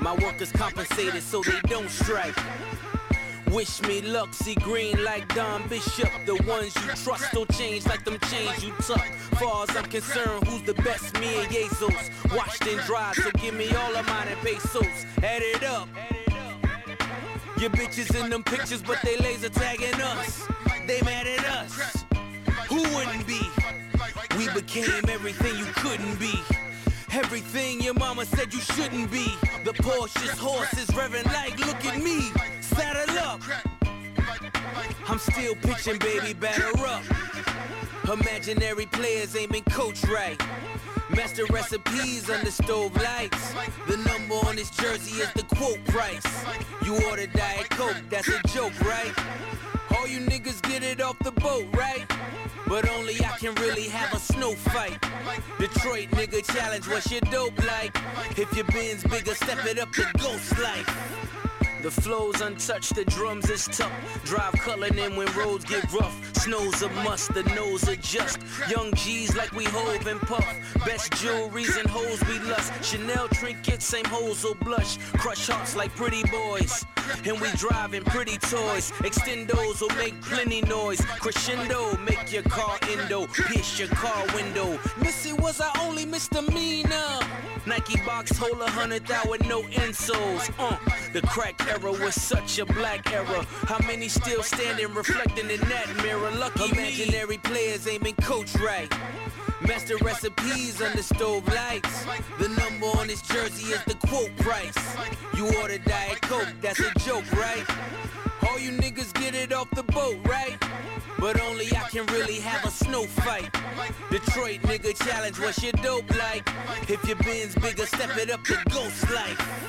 R: My workers compensated so they don't strike. Wish me luck, see green like Don Bishop. The ones you trust don't change like them chains you tuck. Far as I'm concerned, who's the best? Me and Yesos. Washed and dried, so give me all of mine and pesos. Add it up. Your bitches in them pictures, but they laser tagging us. They mad at us. Who wouldn't be? We became everything you couldn't be. Everything your mama said you shouldn't be. The Porsche's horse is revving like, look at me. Saddle up. I'm still pitching, baby, batter up. Imaginary players ain't been coached right. Master recipes under stove lights. The number on his jersey is the quote price. You order Diet Coke, that's a joke, right? All you niggas get it off the boat, right? But only I can really have a snow fight. Detroit nigga challenge, what's your dope like? If your bin's bigger, step it up to ghost life. The flow's untouched, the drums is tough. Drive culling in when roads get rough. Snow's a must, the nose adjust. Young G's like we hove and puff. Best jewelries and hoes we lust. Chanel trinkets, same hoes will blush. Crush hearts like pretty boys. And we driving pretty toys. Extendos will make plenty noise. Crescendo, make your car endo. Pierce your car window. Missy was our only misdemeanor. Nike box hold a hundred thou with no insoles. Uh, the crack era was such a black era. How many still standing reflecting in that mirror? Lucky imaginary players ain't been coached right. Master recipes under stove lights. The number on his jersey is the quote price. You order Diet Coke, that's a joke, right? All you niggas get it off the boat, right? But only I can really have a snow fight. Detroit nigga challenge, what's your dope like? If your bin's bigger, step it up to ghost life.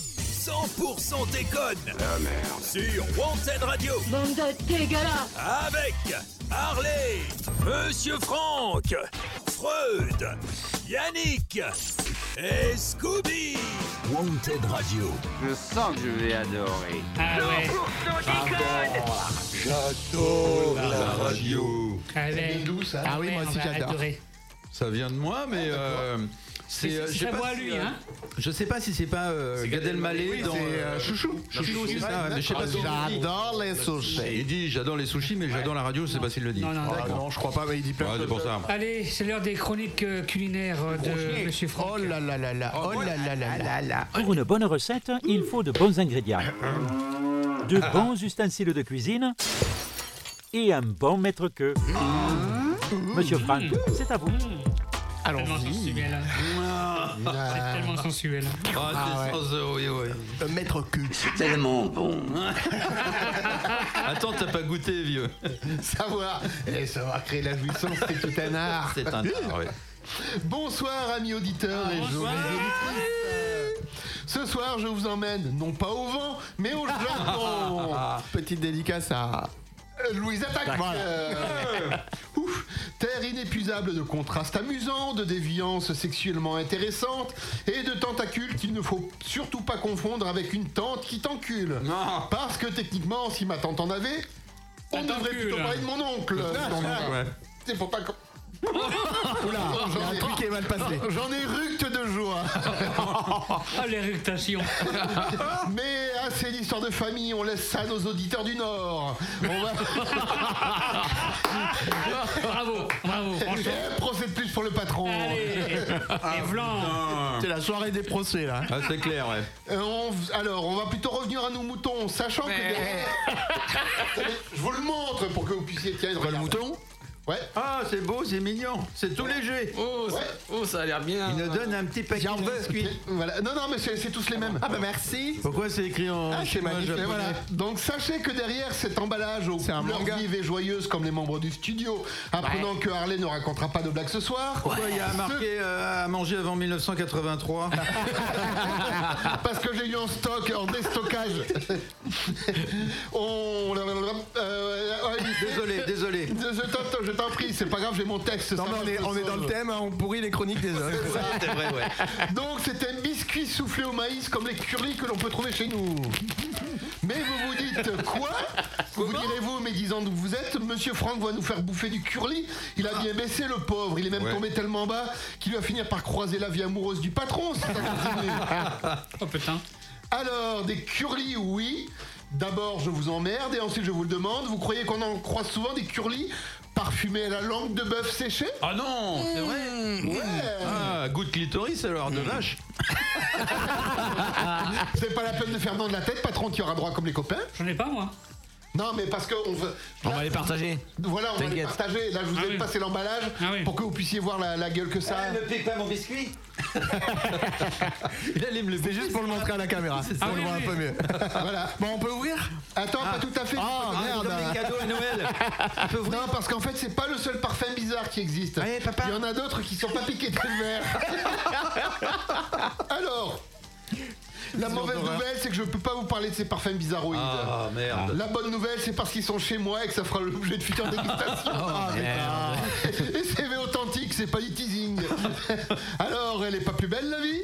D: 100% déconne.
H: Ah merde.
D: Sur Wanted Radio.
E: Bande de dégueulasse
D: Avec Harley, Monsieur Franck, Freud, Yannick et Scooby. Wanted Radio.
F: Je sens que je vais adorer.
I: Ah ouais.
H: J'adore la radio.
I: Ah ouais.
K: D'où ça
I: Ah oui, moi aussi j'adore.
J: Ça vient de moi, mais. euh,
I: C'est-
J: euh,
I: c'est
J: je sais
I: sa
J: pas
I: voix à
J: si,
I: lui,
J: euh,
I: hein.
J: Je sais pas si c'est pas euh, Gad Elmaleh
K: Oui,
J: dans
K: c'est,
J: euh,
K: euh, Chouchou.
J: Chouchou, c'est ça. ouais, mais je sais pas si-
K: J'adore les sushis.
J: Il dit j'adore les sushis, mais j'adore la radio. Je sais pas s'il le dit.
I: Non, non,
J: Ah,
I: d'accord.
J: je crois pas. Mais il dit plein de choses.
I: Allez, c'est l'heure des chroniques euh, culinaires euh, de Monsieur Franck. Oh là
K: là là là, oh là là là là là.
S: Pour Oh, une bonne recette, il faut de bons ingrédients, de bons ustensiles de cuisine et un bon maître queue. Monsieur Franck,
A: Mmh.
S: c'est à vous.
I: Allons. Tellement sensuel. hein. C'est tellement sensuel.
J: Ah,
I: ouais.
J: c'est sans- euh, oui, oui.
K: Maître cul.
F: C'est tellement bon.
J: Attends, t'as pas goûté, vieux.
K: Savoir,
P: Eh,
K: et savoir créer la jouissance, c'est tout un art.
J: C'est un art, oui.
K: Bonsoir amis auditeurs et jolies auditrices. Ce soir, je vous emmène non pas au vent, mais au Japon. Petite dédicace à euh, Louise Attaque. Ouf. Terre inépuisable de contrastes amusants, de déviances sexuellement intéressantes et de tentacules qu'il ne faut surtout pas confondre avec une tante qui t'encule. Parce que techniquement, si ma tante en avait, on devrait plutôt parler de mon oncle. Donc,
J: Ouais.
K: c'est pour pas. que- Oula,
O: il y a un truc qui est mal passé.
K: J'en ai ructe de joie.
I: Ah, l'éructation.
K: Mais assez d'histoire de famille, on laisse ça à nos auditeurs du Nord. On va.
I: bravo, bravo, franchement.
K: Eh, procès de plus pour le patron.
I: Et blanc.
K: C'est la soirée des procès là.
J: Ah, c'est clair, ouais.
K: alors, Euh, on va plutôt revenir à nos moutons, sachant que derrière- je vous le montre pour que vous puissiez tiendre le mouton. Ouais.
J: Ah, c'est beau, c'est mignon, c'est tout léger.
K: Oh,
J: ça a l'air bien. Il nous donne un petit paquet de biscuits.
K: Voilà. Non, non, mais c'est c'est tous les mêmes. Ah bah merci.
J: Pourquoi c'est écrit en
K: Ah, c'est
J: chinois,
K: magnifique.
J: japonais
K: voilà. Donc sachez que derrière cet emballage aux
O: un
K: couleurs
O: manga.
K: vives et joyeuses comme les membres du studio, apprenant que Harley ne racontera pas de blagues ce soir.
J: Pourquoi il y a
K: ce-
J: marqué euh, à manger avant 1983
K: Parce que j'ai eu en stock, en déstockage. On... euh, ouais,
J: Désolé, désolé.
K: Je je t'en- je t'en prie, c'est pas grave, j'ai mon texte.
O: Non,
K: ça
O: mais
K: va,
O: on est,
K: je
O: on est dans le
K: sauve.
O: thème, hein, on pourrit les chroniques des autres.
J: C'est vrai, ouais.
K: Donc c'est un biscuit soufflé au maïs comme les curlis que l'on peut trouver chez nous. Mais vous vous dites quoi Vous direz-vous, mais disant d'où vous êtes, Monsieur Franck va nous faire bouffer du curly. Il a bien baissé le pauvre, il est même
J: Ouais.
K: tombé tellement bas qu'il va finir par croiser la vie amoureuse du patron. si ça continue.
I: Oh putain.
K: Alors, des curlis, oui. D'abord, je vous emmerde et ensuite je vous le demande. Vous croyez qu'on en croise souvent des curlis parfumés à la langue de bœuf séché
J: Ah non, c'est vrai
F: Mmh.
J: Ah, goût de clitoris alors, de vache.
K: Mmh. C'est pas la peine de faire non de la tête, patron, tu auras droit comme les copains.
I: J'en ai pas moi.
K: Non, mais parce que on veut.
L: On va les partager.
K: Voilà, on va les
L: T'inquiète.
K: partager. Là, je vous
I: Ah
K: ai
I: oui.
K: passé l'emballage
I: Ah oui.
K: pour que vous puissiez voir la, la gueule que ça a.
F: Ah, Ne pique pas mon biscuit.
J: Il allait me le
O: C'est juste pour le montrer à la caméra.
J: C'est ça.
O: Pour le
I: Ah oui,
O: voir un
I: oui.
O: peu mieux.
K: Voilà.
O: Bon, on peut ouvrir
K: Attends, pas tout à fait.
O: Ah
J: Comme les
O: merde.
J: cadeaux à Noël. On peut ouvrir
K: Non, parce qu'en fait, c'est pas le seul parfum bizarre qui existe. Il y en a d'autres qui sont pas piqués de verre. Alors, la mauvaise nouvelle, c'est que je peux pas vous parler de ces parfums bizarroïdes.
J: Ah merde.
K: La bonne nouvelle, c'est parce qu'ils sont chez moi et que ça fera l'objet de futures dégustations. Ah, putain. Et c'est authentique, c'est pas du teasing. Alors, elle est pas plus belle la vie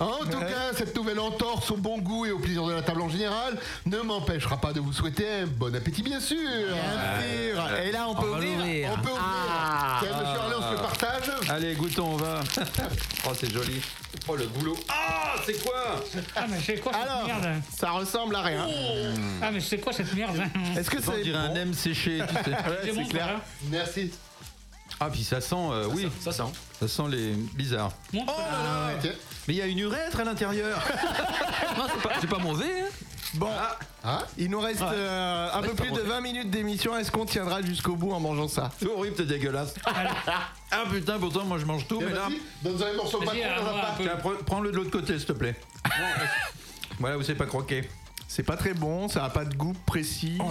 K: En tout cas, cette nouvelle entorse au bon goût et au plaisir de la table en général ne m'empêchera pas de vous souhaiter un bon appétit, bien sûr.
O: Bien sûr. Et là, on peut ouvrir.
K: On peut ouvrir.
O: Ah.
K: Tiens, monsieur Arlé, on se le partage.
J: Ah. Allez, goûtons, on va. Oh, c'est joli. Oh, le boulot. Ah, c'est quoi
I: Ah mais c'est quoi cette
O: Alors,
I: merde
O: ça ressemble à rien.
I: Ah mais c'est quoi cette merde hein
O: Est-ce que
J: On
O: c'est.
J: dirait un M séché, tu sais.
I: Je montre,
O: clair.
I: là.
K: hein. Merci.
J: Ah, puis ça sent, euh, oui,
L: Ça sent.
J: ça sent les bizarres.
I: Montre. là.
K: Tiens.
J: Mais il y a une urètre à l'intérieur.
L: Non, c'est pas, c'est pas mauvais. hein.
O: Bon, Hein
K: Ah,
O: il nous reste euh, un peu plus de 20 minutes d'émission. Est-ce qu'on tiendra jusqu'au bout en mangeant ça
J: C'est horrible, c'est dégueulasse. ah putain, pourtant moi je mange tout,
K: Tiens,
J: mais là.
K: vas-y, Donne-en un morceau au
I: Vas-y,
K: patron, on en a
I: alors,
K: pas.
I: un peu.
J: Tiens, pre- prends-le de l'autre côté, s'il te plaît. voilà, vous savez pas croquer.
O: C'est pas très bon, ça a pas de goût précis.
L: Oh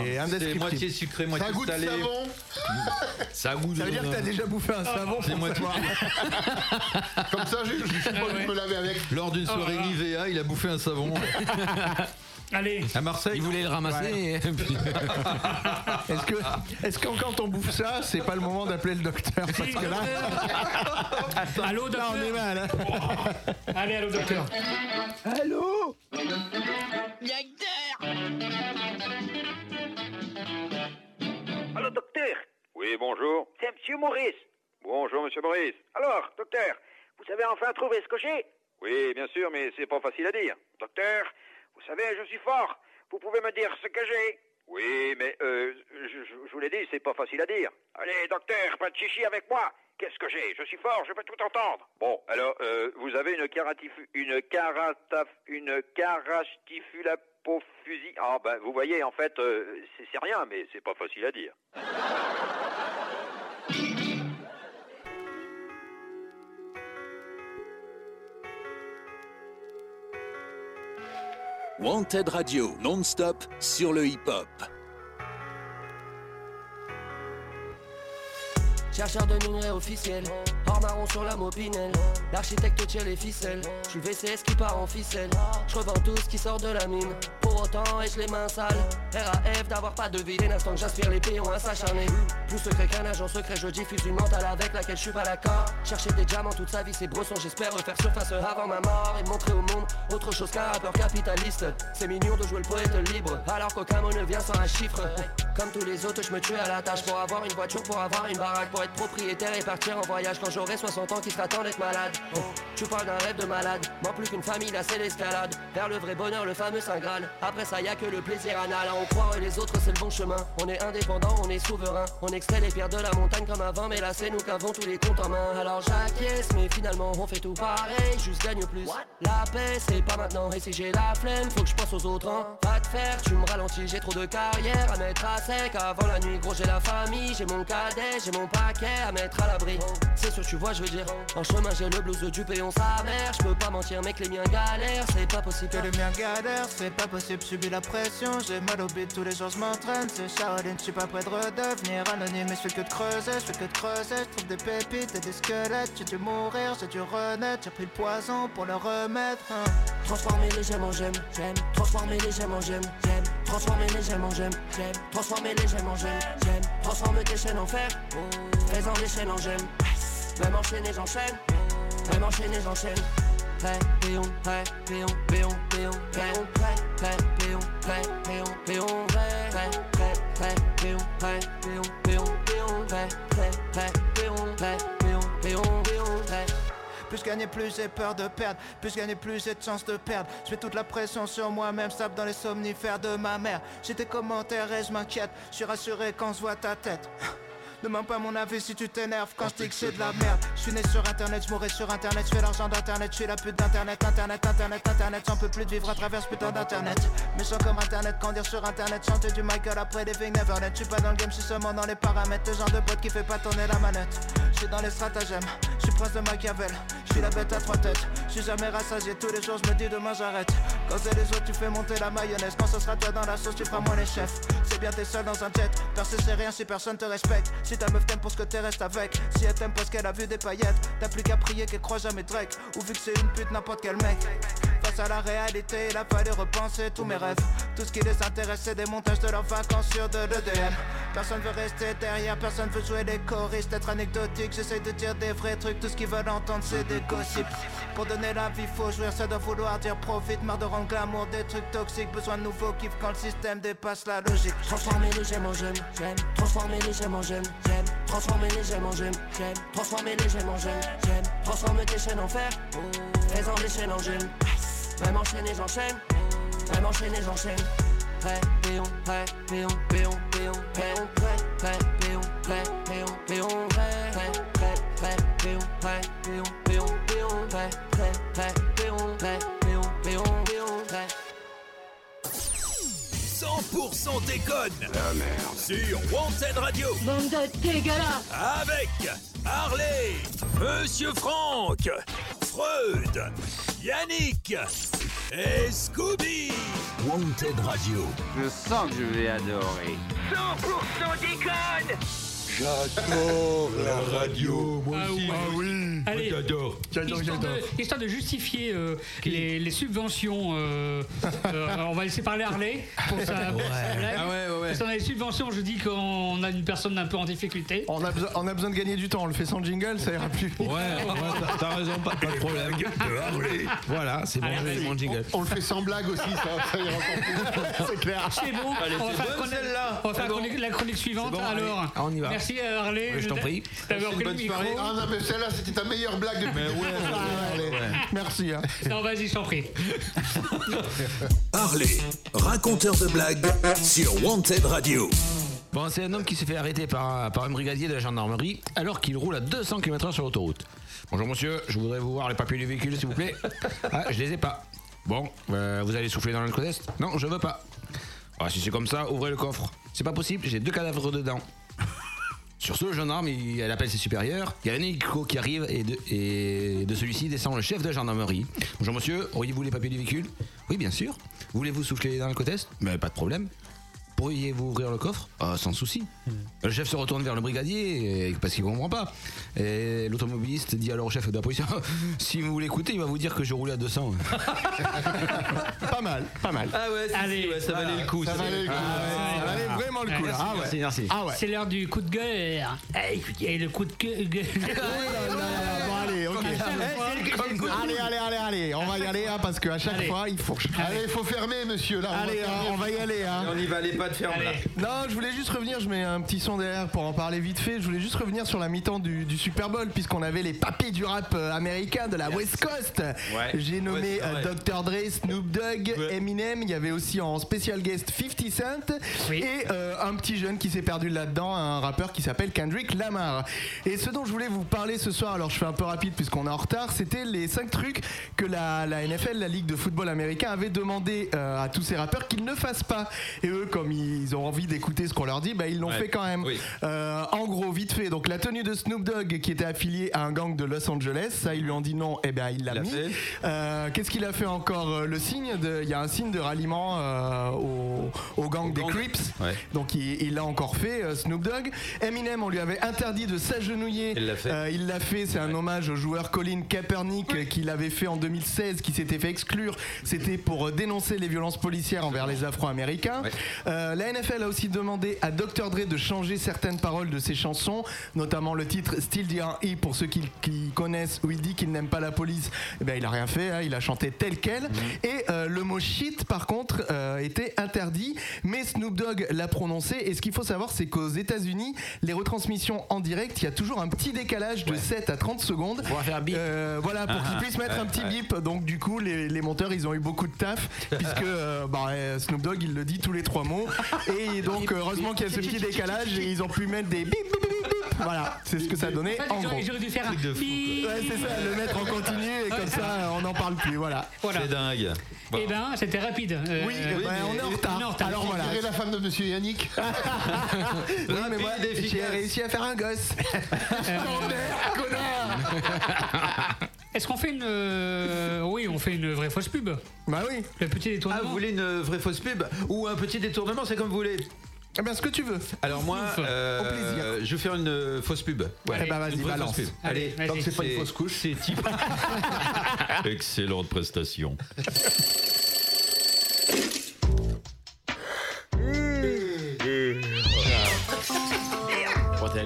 O: c'est
J: C'est
O: indescriptible.
J: moitié sucré, moitié
O: ça a goût de
J: salé.
O: savon.
J: Ça euh, a goût de-
O: Oh, Ça veut dire que t'as déjà bouffé un savon
J: C'est
O: pour
J: moitié-
O: savoir. Comme ça, j'ai j'ai pas envie de me laver avec.
J: Lors d'une
K: Ah,
O: Oh là
J: soirée
O: là.
J: IVA, il a bouffé un savon.
I: Allez.
J: À Marseille.
L: Il voulait le ramasser. et puis-
O: Est-ce que, est-ce que quand on bouffe ça, c'est pas le moment d'appeler le docteur Parce que là,
I: Allô,
O: là,
I: docteur
O: on est mal. hein.
I: Allez, allô, docteur.
G: Allô Allô, docteur
T: Oui, bonjour.
G: C'est Monsieur Maurice.
T: Bonjour, monsieur Maurice.
G: Alors, docteur, vous avez enfin trouvé ce cocher
T: Oui, bien sûr, mais c'est pas facile à dire.
G: Docteur, vous savez, je suis fort. Vous pouvez me dire ce que j'ai
T: Oui, mais euh, je, je- je vous l'ai dit, c'est pas facile à dire.
G: Allez, docteur, pas de chichi avec moi. Qu'est-ce que j'ai Je suis fort, je peux tout entendre.
T: Bon, alors, euh, vous avez une caratifu... une carataf... une carastiphulapophusie. Ah, ben, vous voyez, en fait, euh, c'est c'est rien, mais c'est pas facile à dire.
C: Wanted Radio, non-stop, sur le hip-hop.
U: Chercheur de minerais officiel, hors marron sur la Mopinel, l'architecte tient les ficelles, je suis le VCS qui part en ficelle, je revends tout ce qui sort de la mine, pour autant ai-je les mains sales, RAF d'avoir pas deviné l'instant que j'aspire les pions à s'acharner, plus secret qu'un agent secret, je diffuse une mentale avec laquelle je suis pas d'accord, chercher des diamants toute sa vie c'est brosson, j'espère refaire surface avant ma mort et montrer au monde autre chose qu'un rappeur capitaliste, c'est mignon de jouer le poète libre, alors qu'aucun mot ne vient sans un chiffre, comme tous les autres je me tue à la tâche pour avoir une voiture, pour avoir une baraque, pour être propriétaire et partir en voyage quand j'aurai 60 ans qui sera temps d'être malade. Oh, tu parles d'un rêve de malade, manque plus qu'une famille, là c'est l'escalade. Vers le vrai bonheur, le fameux Saint Graal. Après ça, y a que le plaisir anal. À en croire les autres, c'est le bon chemin. On est indépendant, on est souverain. On excelle les pierres de la montagne comme avant, mais là c'est nous qu'avons tous les comptes en main. Alors j'acquiesce, mais finalement on fait tout pareil, juste gagne plus. La paix, c'est pas maintenant. Et si j'ai la flemme, faut que je pense aux autres. hein. Va te faire, tu me ralentis, j'ai trop de carrière à mettre à sec. Avant la nuit, gros, j'ai la famille, j'ai mon cadet, j'ai mon paquet à mettre à l'abri. C'est sûr, tu vois, je veux dire. En chemin, j'ai le blues de Dupé, on s'avère. Je peux pas mentir, mec, les miens galèrent, c'est pas possible.
V: Que le mien galère, c'est pas possible, subis la pression. J'ai mal au but, tous les jours je m'entraîne. C'est Shaolin, je suis pas prêt de redevenir anonyme. Mais je fais que de creuser, je fais que de creuser. Je trouve des pépites et des squelettes. J'ai dû mourir, j'ai dû renaître. J'ai pris le poison pour le remettre. hein.
U: Transformer les gemmes en gemmes, j'aime. Transformer les gemmes en gemmes, j'aime. Transformer les gemmes en gemmes, j'aime. Transformer les gemmes en gemmes, j'aime. Transforme tes chaînes en fer. Fais-en des chaînes en gemmes. Même enchaîner, j'enchaîne. Même enchaîner, j'enchaîne. Prêt, péon, prêt, péon, péon, péon, prêt, prêt, prêt, péon, prêt, péon, péon, prêt, prêt, prêt, prêt, péon, prêt, péon, péon, péon, prêt, prêt, prêt, péon, prêt, péon, péon, péon, prêt.
V: Plus gagner, plus j'ai peur de perdre. Plus gagner, plus j'ai de chance de perdre. Je fais toute la pression sur moi-même, stable dans les somnifères de ma mère. J'ai des commentaires et je m'inquiète. Je suis rassuré quand je vois ta tête. Demande pas mon avis si tu t'énerves quand je dis que c'est de la merde. Je suis né sur internet, je mourrai sur internet, je fais l'argent d'internet, je suis la pute d'internet, internet, internet, internet, j'en peux plus de vivre à travers ce putain d'internet. Méchant comme internet, grandir sur internet, chanter du Michael après Living Neverland. Je suis pas dans le game, je suis seulement dans les paramètres. Le genre de pote qui fait pas tourner la manette. Je suis dans les stratagèmes, je suis prince de Machiavel, je suis la bête à trois têtes, je suis jamais rassasié, tous les jours je me dis demain j'arrête. Quand c'est les autres tu fais monter la mayonnaise, quand ce sera toi dans la sauce tu feras moins les chefs. C'est bien t'es seul dans un jet, percer c'est rien si personne te respecte. Si ta meuf t'aime pour ce que t'es reste avec, si elle t'aime parce qu'elle a vu des paillettes, t'as plus qu'à prier qu'elle croit jamais Drake, ou vu que c'est une pute n'importe quel mec. Face à la réalité, il a fallu repenser tous mes rêves. Tout ce qui les intéresse, c'est des montages de leurs vacances sur de l'EDM. Personne veut rester derrière, personne veut jouer les choristes, être anecdotique. J'essaye de dire des vrais trucs, tout ce qu'ils veulent entendre, c'est des gossips. Pour donner la vie, faut jouer, ça doit vouloir dire profit. Marre de rendre glamour des trucs toxiques, besoin de nouveaux kiffs quand le système dépasse la logique.
U: Transformer les gemmes en gemmes, j'aime. Transformer les gemmes en gemmes, j'aime. Transformer les gemmes en gemmes, j'aime. Transformer les gemmes en gemmes, j'aime. Transforme tes chaînes en fer. Fais-en des chaînes en gemmes. Même enchaîner, j'enchaîne. Même enchaîner, j'enchaîne. Prêt, péon, prêt, péon, péon, péon, péon, prêt, prêt, péon, prêt, péon, péon, prêt, prêt, prêt, prêt, péon, prêt, péon, péon, péon, prêt, prêt, prêt, péon, prêt, péon, péon, péon, prêt.
D: 100% déconne
F: Ah,
D: Sur Wanted Radio
E: Bande de dégueulasses
D: Avec Harley, Monsieur Franck, Freud, Yannick et Scooby
C: Wanted Radio.
F: Je sens que je vais adorer.
A: 100% déconne
H: J'adore la radio, moi
I: Ah
H: aussi.
I: ouais. Allez,
H: J'adore. J'adore,
I: Histoire
H: j'adore.
I: de, histoire de justifier euh, les, les subventions, euh, euh, on va laisser parler Harley pour sa, pour sa
O: Ouais.
I: blague.
O: Ah ouais, ouais, ouais.
I: Parce qu'on a les subventions, je dis qu'on a une personne un peu en difficulté.
O: On a, besoin, on a besoin de gagner du temps, on le fait sans jingle, ça ira plus.
I: Ouais, ouais, t'as- t'as raison, pas- pas de problème.
L: Voilà, c'est bon, j'ai mon jingle.
K: On, on le fait sans blague aussi, ça, ça ira encore plus. C'est clair.
I: C'est bon, on va faire, chronique- on va faire chronique- la chronique suivante.
L: C'est bon, allez.
I: alors,
L: Ah, on y va.
I: merci euh, Harley.
L: Ouais, je t'en
I: d'a-
L: prie.
I: D'avoir pris le micro.
K: Ah non, mais celle-là, c'était ta meilleure blague depuis. Mais ouais, Merci. Hein.
I: Non, vas-y, je t'en prie.
C: Harley, raconteur de blagues sur Wanted Radio.
L: Bon, c'est un homme qui s'est fait arrêter par un, par un brigadier de la gendarmerie alors qu'il roule à 200 km/h sur l'autoroute. Bonjour monsieur, je voudrais vous voir les papiers du véhicule s'il vous plaît. Ah, je les ai pas. Bon, euh, vous allez souffler dans le test Non, je veux pas. Ah, si c'est comme ça, ouvrez le coffre. C'est pas possible, j'ai deux cadavres dedans. Sur ce, le gendarme, il, elle appelle ses supérieurs. Il y a un hélico qui arrive et de, et de celui-ci descend le chef de gendarmerie. Bonjour monsieur, auriez-vous les papiers du véhicule Oui, bien sûr. Voulez-vous souffler dans le test Mais pas de problème. Pourriez-vous ouvrir le coffre Ah, Sans souci. Le chef se retourne vers le brigadier et- parce qu'il comprend pas. Et l'automobiliste dit alors au chef de la police Si vous l'écoutez, il va vous dire que je roulais à 200.
O: Pas mal, pas mal.
J: Ah ouais, si, si,
I: Allez.
J: ouais, ça valait le coup.
O: Ça valait le coup.
J: Ah ouais,
O: Ça valait
J: ah ouais.
O: vraiment le coup. là.
J: Merci,
O: Ah ouais.
J: merci, merci.
O: Ah ouais.
I: C'est l'heure du coup de gueule. Et le coup de gueule.
O: Oh Bon, allez, ok.
I: Ah, ça me
O: Eh,
I: parle.
O: c'est-
I: Comme quoi.
O: Allez, allez, allez, allez, on va y aller, hein, parce qu'à chaque
I: Allez.
O: fois, il faut.
K: Allez, il faut fermer, monsieur. Là,
O: Allez, hein, on va y aller. Hein.
J: On y va, les pas de ferme là.
O: Non, je voulais juste revenir, je mets un petit son derrière pour en parler vite fait. Je voulais juste revenir sur la mi-temps du, du Super Bowl, puisqu'on avait les papés du rap euh, américain de la West Coast. J'ai nommé
J: Ouais, c'est
O: euh, Dr.
J: vrai.
O: Dre, Snoop Dogg, Eminem. Il y avait aussi en special guest 50 Cent. Et euh, un petit jeune qui s'est perdu là-dedans, un rappeur qui s'appelle Kendrick Lamar. Et ce dont je voulais vous parler ce soir, alors je fais un peu rapide puisqu'on est en retard, c'était les 5 trucs que la, la NFL, la Ligue de football américain, avait demandé euh, à tous ces rappeurs qu'ils ne fassent pas. Et eux, comme ils ont envie d'écouter ce qu'on leur dit, bah, ils l'ont
J: Ouais.
O: fait quand même.
J: Oui.
O: Euh, en gros, vite fait, donc la tenue de Snoop Dogg qui était affilié à un gang de Los Angeles, ça ils lui ont dit non, et ben il l'a
J: l'a
O: mis.
J: fait.
O: Euh, Qu'est-ce qu'il a fait encore Euh, Le signe, de- il y a un signe de ralliement euh, au, au gang des Crips,
J: Ouais.
O: donc il il l'a encore fait, euh, Snoop Dogg. Eminem, on lui avait interdit de s'agenouiller.
J: Il l'a fait.
O: Euh, il l'a fait, c'est un hommage au joueur Colin Kaepernick euh, qui l'avait fait en 2016, qui s'était fait exclure. C'était pour euh, dénoncer les violences policières envers les Afro-Américains. Euh, la NFL a aussi demandé à Dr. Dre de changer certaines paroles de ses chansons, notamment le titre Still D.R.E. pour ceux qui, qui connaissent où il dit qu'il n'aime pas la police. Eh ben, il a rien fait, hein, il a chanté tel
J: Mm.
O: quel. Et euh, le mot shit, par contre, euh, était interdit, mais Snoop Dogg l'a prononcé. Et ce qu'il faut savoir, c'est qu'aux États-Unis, les retransmissions en direct, il y a toujours un petit décalage de 7 à 30 secondes. Euh, voilà, pour
J: Ah,
O: qu'ils
J: ah,
O: puissent mettre
J: ouais,
O: un petit
J: ouais.
O: bip. Donc, du coup, les, les monteurs, ils ont eu beaucoup de taf, puisque euh, bah, euh, Snoop Dogg, il le dit tous les trois mots. Et donc, heureusement qu'il y a ce petit décalage et ils ont pu mettre des bip, bip, bip, bip. Voilà, c'est ce que ça donnait.
I: En fait,
O: En
I: j'aurais-
O: gros.
I: j'aurais dû faire un. bip.
O: Ouais, c'est ça, le mettre en continu et comme ça, euh, on n'en parle plus. Voilà.
I: Voilà.
J: C'est dingue.
I: Eh ben, c'était rapide. Euh,
O: Oui, bah, on est en retard.
I: on est en
O: Alors voilà.
K: Quelle est la femme de monsieur Yannick
O: Oui, mais moi,
J: Rapide,
O: j'ai
J: efficace.
O: réussi à faire un gosse. Tonnerre, connard
I: Est-ce qu'on fait une. euh, Oui, on fait une vraie fausse pub.
O: Bah oui.
I: Le petit
J: Ah,
I: détournement.
J: vous voulez une vraie fausse pub ou un petit détournement, c'est comme vous voulez.
O: Eh bien, ce que tu veux.
J: Alors moi,
O: Ouf.
J: euh,
O: Au plaisir.
J: je vais faire une euh, fausse pub.
O: Eh ben, vas-y,
J: Une vraie
O: balance.
J: fausse pub.
O: Allez,
J: Allez,
O: vas-y.
J: donc c'est pas une fausse couche, c'est type.
B: Excellente prestation.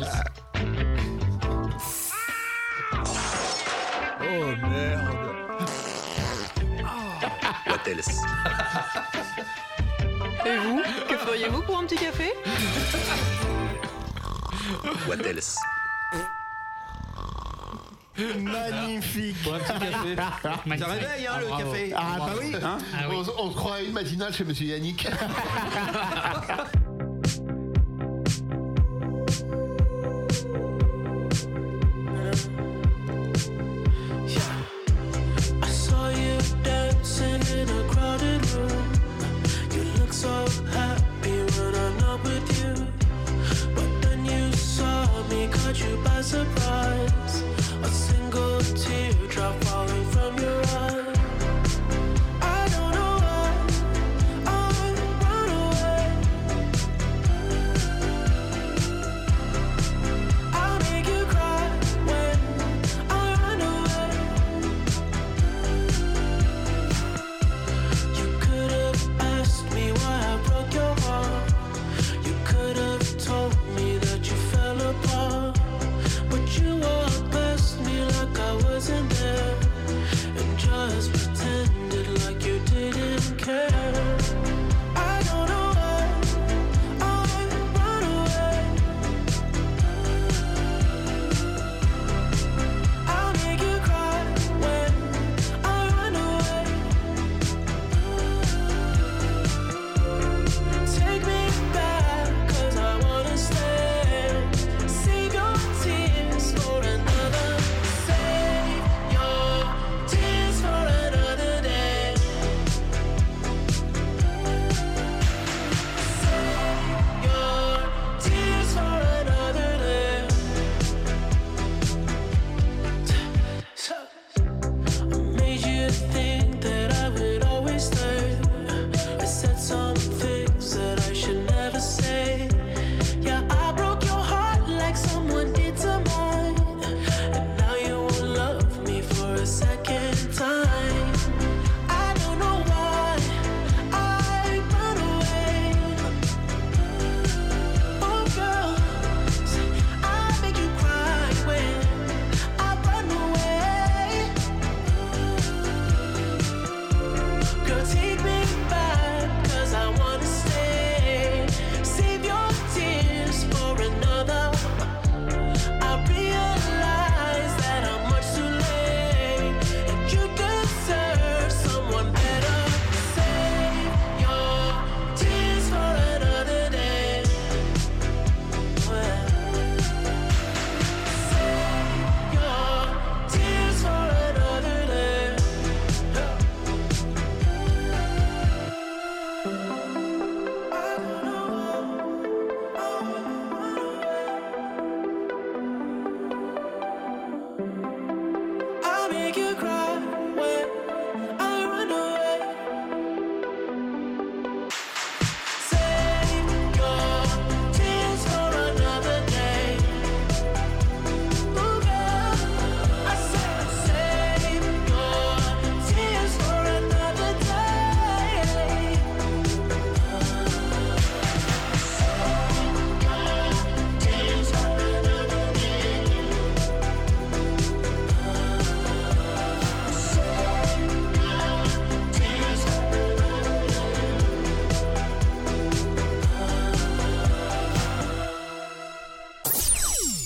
O: Ah.
D: Oh merde.
C: What else?
W: Et vous Que feriez-vous pour un petit café
C: What else?
O: Magnifique.
J: Pour un petit café. Ça réveille, hein, le café.
O: Ah bah oui.
J: Hein
K: on, se- on se croit à une matinale chez monsieur Yannick.
A: I saw you dancing in a crowded room. You look so happy when I'm not with you. But then you saw me, caught you by surprise. A single teardrop falling from your eye. I don't know why. I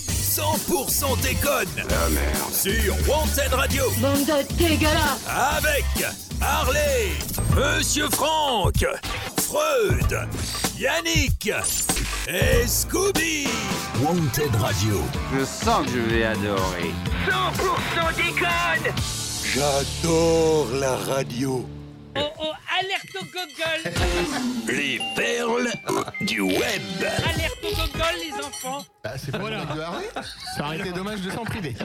D: 100% déconne.
F: Ah,
D: La merde. Sur Wanted Radio.
E: Bande de dégueulasses
D: Avec Harley, Monsieur Franck, Freud, Yannick et Scooby. Wanted Radio.
F: Je sens que je vais adorer.
A: 100% déconne
H: J'adore la radio.
A: Oh oh, alerte au gogol
C: Les perles du web.
A: Alerte au gogol, les enfants
J: Ah,
K: c'est pas
I: Voilà.
K: une blague de Harley Ça aurait été dommage de s'en priver.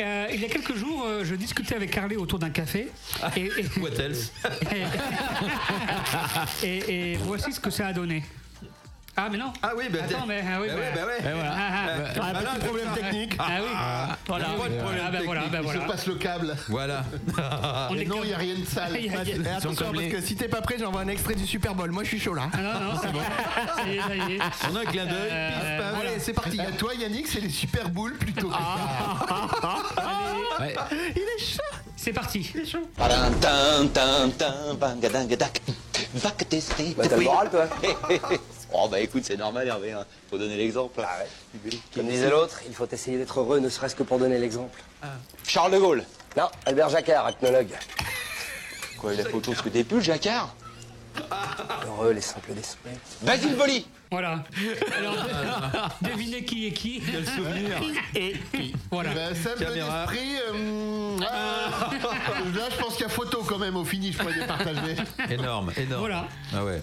I: Euh, il y a quelques jours, euh, je discutais avec Harley autour d'un café. Et, et-
J: What else
I: et- et voici ce que ça a donné. Ah, mais non
J: Ah oui, bah,
I: Attends, mais, ah oui,
J: bah,
I: bah-
J: ouais, bah ouais.
I: Ah, ah, ah.
J: Bah,
I: Ah,
J: bah,
I: bah,
J: petit problème
I: ah,
J: technique.
I: Ah oui
J: Ah,
I: Voilà,
J: ah,
I: pas de problème Ah, bah, voilà,
K: technique.
I: bah,
K: Il
I: voilà.
K: se passe le câble.
J: Voilà. Ah,
K: Et non, il n'y a rien de sale.
I: Il y a- il y a-
K: Et attention, parce que si t'es pas prêt, j'envoie un extrait du Super Bowl. Moi, je suis chaud là.
I: Ah, non, non, Euh, c'est bon. Ça y est, ça y est.
J: On a un clin d'œil,
I: pif, paf.
K: Allez, c'est parti. À toi, Yannick, c'est les Super Bowls plutôt.
I: Allez.
K: Il est chaud.
I: C'est parti.
P: Va que tester. Bah, t'as le moral, toi Oh, bah écoute, c'est normal, Hervé. hein. Faut donner l'exemple.
B: Comme disait l'autre, il faut essayer d'être heureux, ne serait-ce que pour donner l'exemple.
J: Ah.
P: Charles de Gaulle.
B: Non, Albert Jacquard, ethnologue.
P: Quoi, il a fait autre chose que des pulls, Jacquard
B: Heureux, les simples d'esprit.
P: Basile Boli
I: Voilà. Alors, devinez qui est qui.
J: Quel souvenir.
I: Et qui. Voilà.
K: Bah, Sam
J: Caméra.
K: Bonesprit, euh, mm, ah. Là, je pense qu'il y a photo quand même au finish, je pourrais les partager.
J: Énorme, énorme.
I: Voilà.
J: Ah ouais.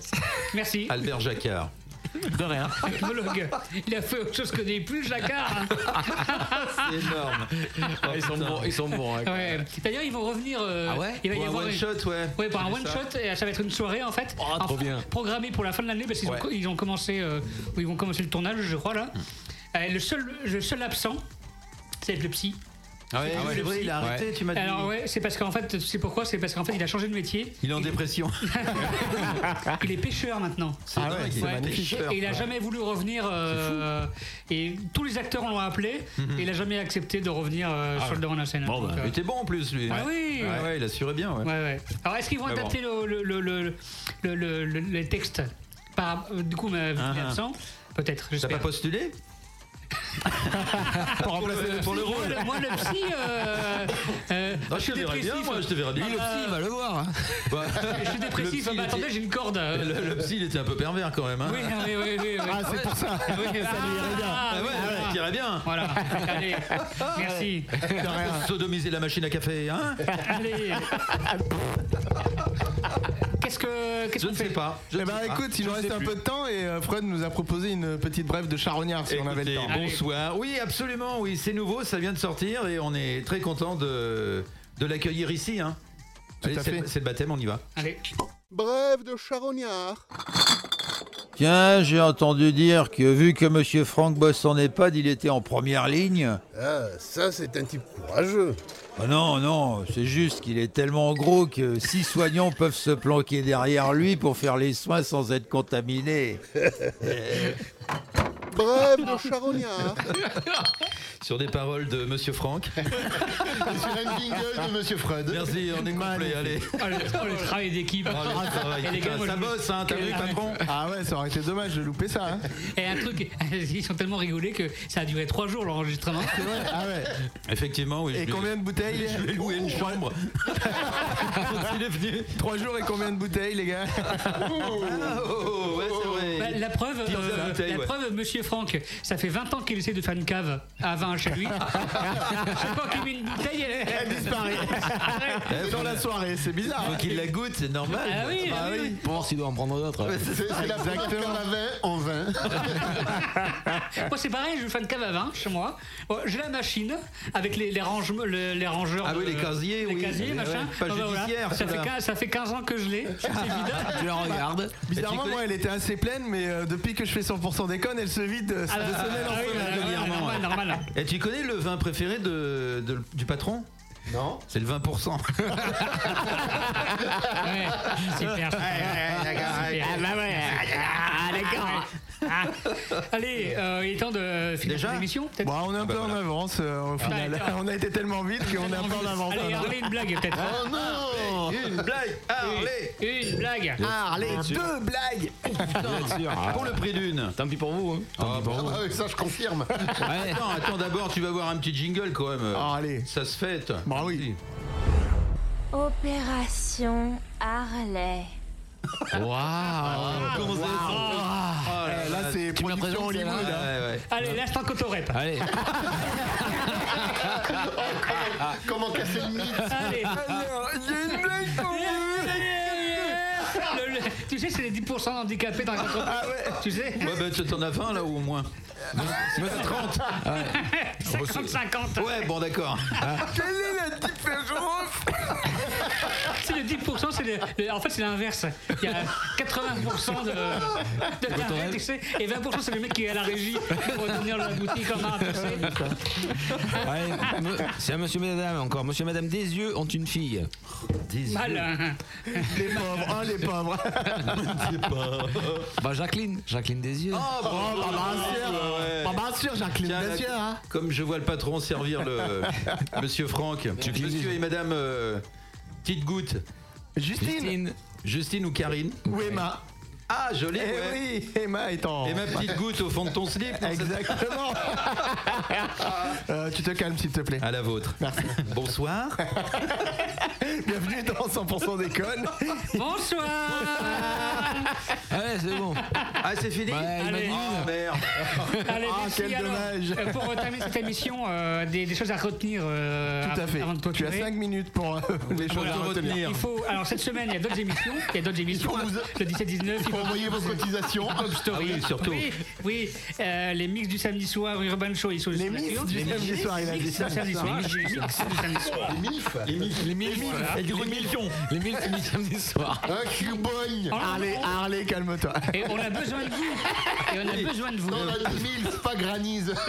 I: Merci.
J: Albert Jacquard.
I: De rien. Il a fait autre chose que des plus jacquard. hein.
J: C'est énorme. Oh,
L: ils sont
J: putain.
L: bons, ils sont bons. hein.
I: Ouais. D'ailleurs, ils vont revenir. euh,
L: Ah ouais
I: il va y
J: Pour un
I: avoir
J: one
I: une-
J: shot, ouais.
I: Ouais, pour un
J: J'ai vu
I: one
J: ça.
I: shot, et ça va être une soirée en fait.
J: Oh, trop
I: En-
J: bien.
I: Programmée pour la fin de l'année parce qu'ils
J: Ouais.
I: ont, ils ont commencé, euh, ou ils vont commencer le tournage, je crois là.
J: Hmm.
I: Euh, le seul, le seul absent, c'est le psy.
J: Ah ouais,
I: C'est
J: ah ouais,
I: le
J: c'est vrai,
I: psy.
J: il a arrêté, tu m'as dit.
I: Alors ouais, c'est parce qu'en fait, tu sais pourquoi C'est parce qu'en fait, il a changé de métier.
J: Il est en dépression.
I: Il est pêcheur maintenant.
J: C'est dingue, c'est
I: Ouais.
J: magnifique.
I: Et il a
J: Ouais.
I: jamais voulu revenir. euh, et tous les acteurs l'ont appelé.
J: Mhm.
I: Et il a jamais accepté de revenir euh,
J: Ah
I: sur
J: ouais.
I: le devant de la scène.
J: Bon,
I: Donc,
J: bah,
I: euh,
J: il était bon en plus, lui.
I: Ah oui.
J: Ouais, ouais, il assurait bien, ouais.
I: Ouais, ouais. Alors, est-ce qu'ils vont
J: Mais bon.
I: adapter le, le, le, le, le- le- le- les textes par, euh, Du coup, ma
J: Ah, ah.
I: absent Peut-être,
J: T'as
I: j'espère.
J: pas postulé
I: Pour
J: remplacer-
I: le-
J: pour le
I: moi,
J: rôle.
I: Moi, le psy. euh, euh,
J: Non, Ah, je te verrais bien, moi, je te verrais bien.
I: Ah,
J: Lui, le psy, il va
L: le voir. hein.
J: Bah,
I: Je suis
J: le
I: dépressif.
J: psy, il
I: Bah,
J: était-
I: attendez, j'ai une corde. euh.
J: Le, le psy, il était un peu pervers quand même. Hein.
I: Oui, oui, oui, oui, oui.
J: Ah, c'est pour ça.
I: Ah, oui,
J: Ça lui irait bien.
I: ah,
J: Ah ouais,
I: voilà.
J: ça irait bien.
I: Voilà. Allez, merci.
J: Sodomiser la machine à café, hein
I: Allez. Qu'est-ce que Euh, qu'est-ce
J: Je
I: qu'on
J: ne
I: fait
J: sais pas. Je
K: Eh
J: ne
K: ben
J: sais pas.
K: écoute, il
J: Je
K: nous
J: ne
K: reste
J: sais
K: un
J: plus.
K: peu de temps et euh, Freud nous a proposé une petite brève de charognard si on avait le
J: Écoutez,
K: temps.
J: bonsoir. Oui, absolument. Oui, c'est nouveau, ça vient de sortir et on est très content de, de l'accueillir ici. Hein.
K: Tout
J: Allez,
K: à
J: c'est
K: fait.
J: le- c'est le baptême, on y va.
I: Allez.
N: Brève de charognard.
D: Tiens, j'ai entendu dire que vu que Monsieur Franck bosse en EHPAD, il était en première ligne.
N: Ah, ça, c'est un type courageux.
D: Ah non, non, c'est juste qu'il est tellement gros que six soignants peuvent se planquer derrière lui pour faire les soins sans être contaminés.
N: Brève de charognard.
J: Sur des paroles de Monsieur Franck.
K: Et sur un jingle de Monsieur Freud.
J: Merci, on est complet. Allez.
I: Oh, le, oh, le travail d'équipe.
J: Ah, le travail,
I: Et les
J: putain,
I: gars, moi,
J: ça
I: je me-
J: bosse, hein, t'as vu,
I: Ah,
J: patron
K: Ah ouais, ça aurait été dommage de louper ça. hein.
I: Et un truc, ils ont tellement rigolé que ça a duré trois jours l'enregistrement.
K: Ah ouais.
J: Effectivement, oui. je
K: Et
J: lui-
K: combien de bouteilles
J: Je lui ai loué une chambre. Il est venu.
K: Trois jours et combien de bouteilles, les gars
J: Ah, oh, oh, ouais, c'est vrai.
I: Bah, la preuve,
J: Pizza
I: euh,
J: bouteille,
I: la
J: ouais.
I: preuve, Monsieur Franck, ça fait 20 ans qu'il essaie de faire une cave à vin chez lui. Chaque fois qu'il met une bouteille, elle,
K: Elle disparaît.
J: Eh,
K: Dans la soirée, c'est bizarre. Bah
J: Faut qu'il la goûte, c'est normal.
I: Ah oui, ah oui.
L: Pour voir s'il doit en prendre d'autres.
K: Ah, C'est c'est la première qu'on avait en vain.
I: Moi, c'est pareil, je vais faire une cave à vin chez moi. Bon, J'ai la machine avec les, les, range- le- les rangeurs.
J: Ah oui,
I: de-
J: les casiers,
I: les
J: oui.
I: casiers,
J: Mais
I: machin.
J: ouais, pas
I: Bon, bah, voilà.
J: judiciaire,
I: ça, fait
J: ceux-là.
I: 15, ça fait 15 ans que je l'ai. C'est évident.
L: Tu la
O: Bah,
L: regardes.
K: Bizarrement, moi, elle était assez pleine, mais euh, depuis que je fais 100% déconne, elle se vide euh, de
I: Ah, bah,
K: semaine en
I: ah oui,
K: semaine.
I: bah,
J: régulièrement,
I: normal,
J: ouais.
I: normal.
J: Et tu connais le vin préféré de, de- du patron
K: Non.
J: C'est le 20%.
I: Ouais, super. super.
K: Ah bah ouais, ah, ah,
I: D'accord. Allez, euh, il est temps de finir
O: Déjà
I: cette émission. peut-être Ah,
O: Bon, on
J: Ah
O: est un
J: bah
O: peu en avance euh, au final.
I: d'accord.
O: on a été tellement vite qu'on est un peu en avance.
I: Allez, Harley, une blague peut-être.
O: Oh non
J: Une blague
O: Ah.
J: Harley
I: Une, une blague
P: Ah,
O: Harley,
J: Bien sûr.
O: deux blagues
J: Bien sûr. Pour le prix d'une. Ah, bah, Tant pis pour vous. hein. Tant pis pour vous.
O: Ah bah Ça, je confirme.
J: Attends, attends d'abord, tu vas voir un petit jingle quand même.
O: Ah,
J: allez. Ça se fête. Bah oui.
M: Opération Harley.
J: Waouh. Ah, Comment ça Ah,
O: Eh, là, c'est production Hollywood. hein.
I: Allez, l'instant cotorep.
L: Allez.
O: Comment casser le mythe
I: Allez.
O: Alors, j'ai une blague pour vous.
I: Le- le- Tu sais, c'est les 10% d'handicapés dans les entreprises. Tu sais
J: Ah Ouais, bah, tu t'en as 20 là ou au moins 30
I: 50-50.
J: Ouais, bon, d'accord.
I: Ah,
O: Quelle est la différence
I: C'est le 10%, c'est le- le- en fait c'est l'inverse. Il y a 80% de, de tarifs, tu sais, et 20% c'est le mec qui est à la régie pour retenir la boutique en marche. hein. tu sais.
L: Allez, me- c'est un monsieur, madame encore. Monsieur, madame, des yeux ont une fille. Des
I: Malin.
O: Les pauvres, hein, les pauvres.
L: Bah, Jacqueline. Jacqueline des yeux.
O: Oh,
J: Oh,
O: bah, bien sûr. Bah, bien sûr, Jacqueline,
J: Tiens,
O: bien
J: là,
O: sûr. hein.
J: Comme je vois le patron servir le Monsieur Franck, Monsieur et Madame euh, Petite Goutte,
O: Justine.
J: Justine, Justine ou Karine.
O: Ou Emma.
J: Ah, joli.
O: Eh
J: ouais.
O: oui, Emma est en.
J: Et ma petite goutte au fond de ton slip. non, c'est-
O: Exactement. Euh, tu te calmes, s'il te plaît.
J: À la vôtre.
O: Merci.
J: Bonsoir.
O: Bienvenue dans 100% d'école.
I: Bonsoir.
L: Allez, c'est bon.
J: Ah, c'est fini.
L: Bah, il m'a
I: Allez.
L: dit une.
J: Oh, merde.
I: Allez,
O: Ah,
I: merci,
O: quel
I: alors.
O: dommage.
I: Euh, Pour euh, terminer cette émission, euh, des, des choses à retenir euh,
O: Tout à
I: av-
O: fait.
I: avant de
O: Tu as
I: clôturer.
O: 5 minutes pour euh, les choses
I: Voilà.
O: à retenir.
I: Il faut, alors cette semaine, il y a d'autres émissions. Il y a d'autres émissions. Le 17-19, il faut
O: envoyer vos cotisations.
I: Pop Story.
J: Ah oui, surtout.
I: Oui, oui. Euh, les mix du samedi soir, Urban Show, ils sont les
O: mix du samedi soir, il a
I: Les
O: dit
I: mix
O: ça.
I: du samedi soir.
O: Les
I: j'ai dit mix du samedi soir.
O: Les mifs.
J: Les mille, les mille,
I: Voilà.
J: et du million.
L: Les mille, c'est samedi soir.
O: Un cubogne. Harley, Harley, calme-toi.
I: Oh, Et on a besoin de vous. Et on a besoin de vous.
O: Dans la mille, c'est pas granise.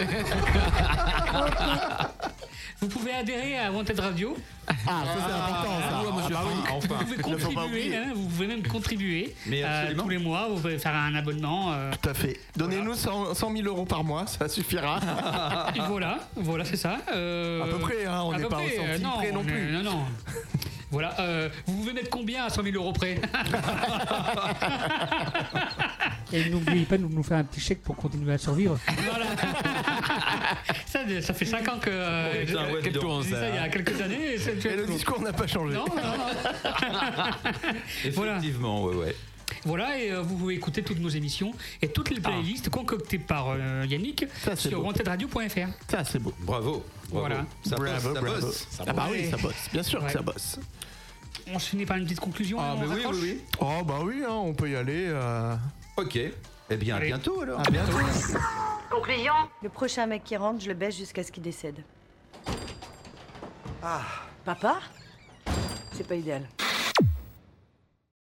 I: Vous pouvez adhérer à Wanted Radio.
O: Ah, ça c'est important ça.
L: Ah, monsieur Franck.
J: Enfin.
I: Vous pouvez
O: Il ne faut pas
I: contribuer,
O: oublier.
I: hein, vous pouvez même contribuer
J: Mais
I: euh,
J: absolument.
I: tous les mois, vous pouvez faire un abonnement. euh,
O: Tout à fait. Donnez-nous 100 100 000 euros par mois, ça suffira.
I: et voilà, voilà, c'est ça. euh,
O: À peu près, hein, on
I: à
O: n'est
I: peu
O: pas
I: près,
O: au centime
I: euh, non,
O: près non
I: on est-
O: plus.
I: non, non. Voilà, euh, vous pouvez mettre combien à 100 000 euros près
Q: Et n'oubliez pas de nous faire un petit chèque pour continuer à survivre.
I: Voilà. ça, ça fait 5 ans que. euh,
J: Putain, ouais,
I: je-
J: dis donc,
I: je dis ça il y a quelques années. Et, c'est-
O: Et le discours n'a pas changé.
I: Non, non, non. voilà.
J: Effectivement, ouais, ouais.
I: Voilà, et euh, vous pouvez écouter toutes nos émissions et toutes les playlists concoctées par euh, Yannick
O: Ah. Ça, c'est
I: sur
O: beau.
I: wantedradio.fr.
O: Ça Ah, c'est beau.
J: Bravo. bravo.
I: Voilà.
J: Ça
O: Bravo,
J: bosse, ça
O: bravo.
J: bosse.
O: Ah bah oui,
I: Ouais.
O: ça bosse. Bien sûr
I: Ouais.
O: que ça bosse.
I: On se finit par une petite conclusion.
J: Ah,
I: on
J: mais oui,
I: raccroche
J: oui, oui.
O: Oh bah oui, hein, on peut y aller. euh.
J: Ok. Eh bien, à
I: Allez.
J: bientôt alors.
O: À bientôt.
M: Conclusion Le prochain mec qui rentre, je le baisse jusqu'à ce qu'il décède. Ah. Papa C'est pas idéal.